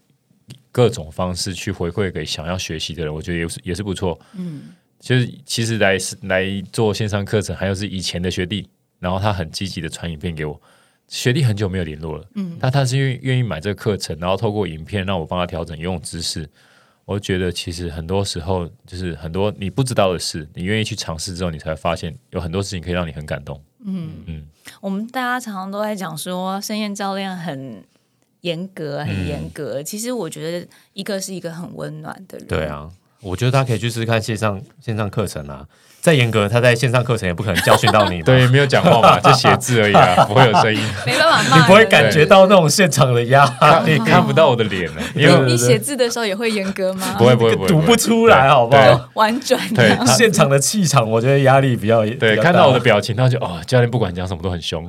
S3: 各种方式去回馈给想要学习的人，我觉得也是也是不错。就是其实来来做线上课程，还有是以前的学弟，然后他很积极的传影片给我。学弟很久没有联络了，嗯，但他是愿愿意买这个课程，然后透过影片让我帮他调整游泳姿势。我觉得其实很多时候就是很多你不知道的事，你愿意去尝试之后，你才会发现有很多事情可以让你很感动。
S4: 我们大家常常都在讲说，生燕教练很严格，
S5: 嗯
S4: 很严格。其实我觉得，一个是一个很温暖的人，
S5: 对，啊，我觉得他可以去试试看线上线上课程啊。再严格，他在线上课程也不可能教训到你嘛，
S3: 对，没有讲话嘛，就写字而已啊， 不会有声音，
S4: 没办法骂
S5: 你
S4: 人，
S5: 不会感觉到那种现场的压
S3: 看
S5: 力
S3: 你，看不到我的脸呢，因
S4: 你
S3: 为
S4: 你写字的时候也会严格吗？
S3: 不会不会不会
S5: 啊读不出来，好不好？
S4: 婉转啊，
S3: 对他
S5: 现场的气场，我觉得压力比较
S3: 对，
S5: 比较大
S3: 看到我 的表情，他就哦，教练不管讲什么都很凶，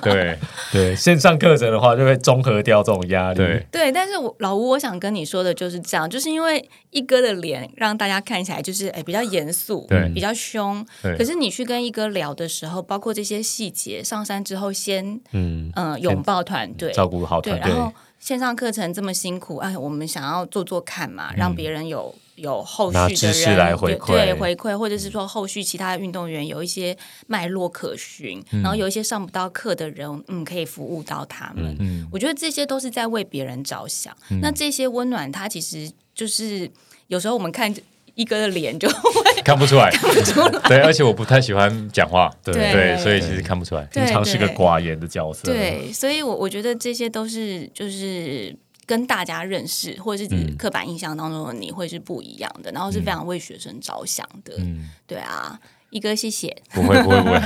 S3: 对
S5: 对线上课程的话，就会综合掉这种压力。
S3: 对，
S4: 对，但是我老吴，我想跟你说的就是这样，就是因为一哥的脸让大家看起来就是哎比较严肃，
S3: 对
S4: 比较凶。
S3: 对
S4: 可是你去跟一哥聊的时候，包括这些细节，上山之后先
S5: 嗯，
S4: 嗯、呃拥抱团队，
S5: 照顾好
S4: 对，
S5: 团
S4: 然
S5: 队，
S4: 后线上课程这么辛苦，哎，我们想要做做看嘛，让别人有有后
S5: 嗯
S4: 续
S5: 拿
S4: 的
S5: 知识
S4: 人
S5: 来回
S4: 有对
S5: 馈嗯
S4: 回馈，或者是说后续其他的运动员有一些脉络可循，
S5: 嗯
S4: 然后有一些上不到课的人，嗯，可以服务到他们。
S3: 嗯
S4: 我觉得这些都是在为别人着想。
S5: 嗯
S4: 那这些温暖，它其实就是有时候我们看一哥的脸就
S3: 看不出来，看不出来， 对，而且我不太喜欢讲话，对
S4: 对，
S3: 对，所以其实看不出来
S4: 对
S5: 平常是个
S4: 对
S5: 寡言的角色。
S4: 对，所以我我觉得这些都是就是跟大家认识或者是刻板印象当中的你会是不一样的，然后是非
S5: 嗯
S4: 常为学生着想的，
S3: 嗯，
S4: 对啊。一哥，谢谢，
S3: 不会不会 不会，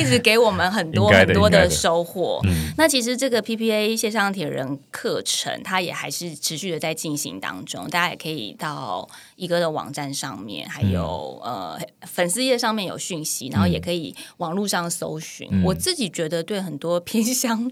S4: 一直给我们很多
S3: 应该
S4: 很
S3: 的
S4: 多
S3: 应该
S4: 的
S3: 的
S4: 收获。那其实这个 PPA 线上铁人课程，它也还是持续的在进行当中，大家也可以到一哥的网站上面，还有、呃粉丝页上面有讯息，然后也可以网络上搜寻。我自己觉得，对很多偏乡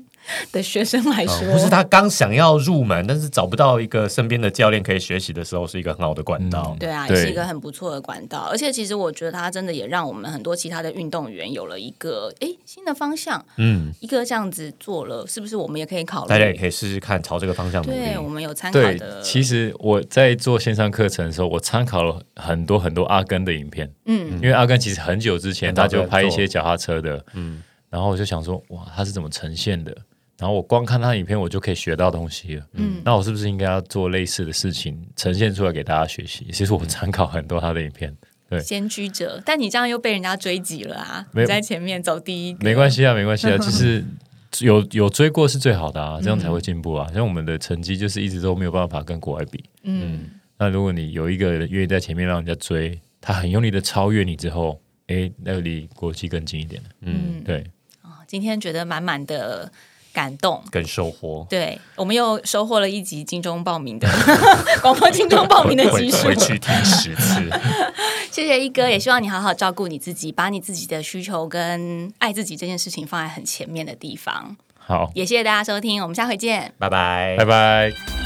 S4: 的学生来说，
S5: 哦不是他刚想要入门，但是找不到一个身边的教练可以学习的时候，是一个很好的管道。
S4: 对啊，也
S3: 对
S4: 是一个很不错的管道。而且其实我觉得它真的也让我们很多其他的运动员有了一个诶新的方向。
S5: 嗯，
S4: 一个这样子做了，是不是我们也可以考虑？
S5: 大家也可以试试看，朝这个方向努力
S4: 对，。我们有参考
S3: 对
S4: 的。，
S3: 其实我在做线上课程的时候，我参考了很多很多阿根的影片，嗯，因为阿根其实很久之前
S5: 很早
S3: 他
S5: 就
S3: 就
S5: 在
S3: 拍一
S5: 做
S3: 些脚踏车的，嗯，然后我就想说，哇，他是怎么呈现的？然后我光看他的影片，我就可以学到东西了。嗯，那我是不是应该要做类似的事情，呈现出来给大家学习？其实我参考很多他的影片，对
S4: 先驱者，但你这样又被人家追击了啊！
S3: 没
S4: 你
S3: 有
S4: 在前面走第一个，
S3: 没关系啊，没关系啊，就是有有追过是最好的啊，这样才会进步啊。像我们的成绩就是一直都没有办法跟国外比，嗯，那如果你有一个人愿意在前面让人家追，他很用力的超越你之后，诶，那离国际更近一点了，嗯，对，
S4: 哦今天觉得满满的感动。
S5: 跟收获，
S4: 对，我们又收获了一集金钟报名 的广播金钟报名的
S5: 回
S4: 集数
S5: 回。去听十次。
S4: 谢谢一哥，也希望你好好照顾你自己，把你自己的需求跟爱自己这件事情放在很前面的地方。
S3: 好，
S4: 嗯也谢谢大家收听，我们下回见。
S5: 拜拜
S3: 拜。拜。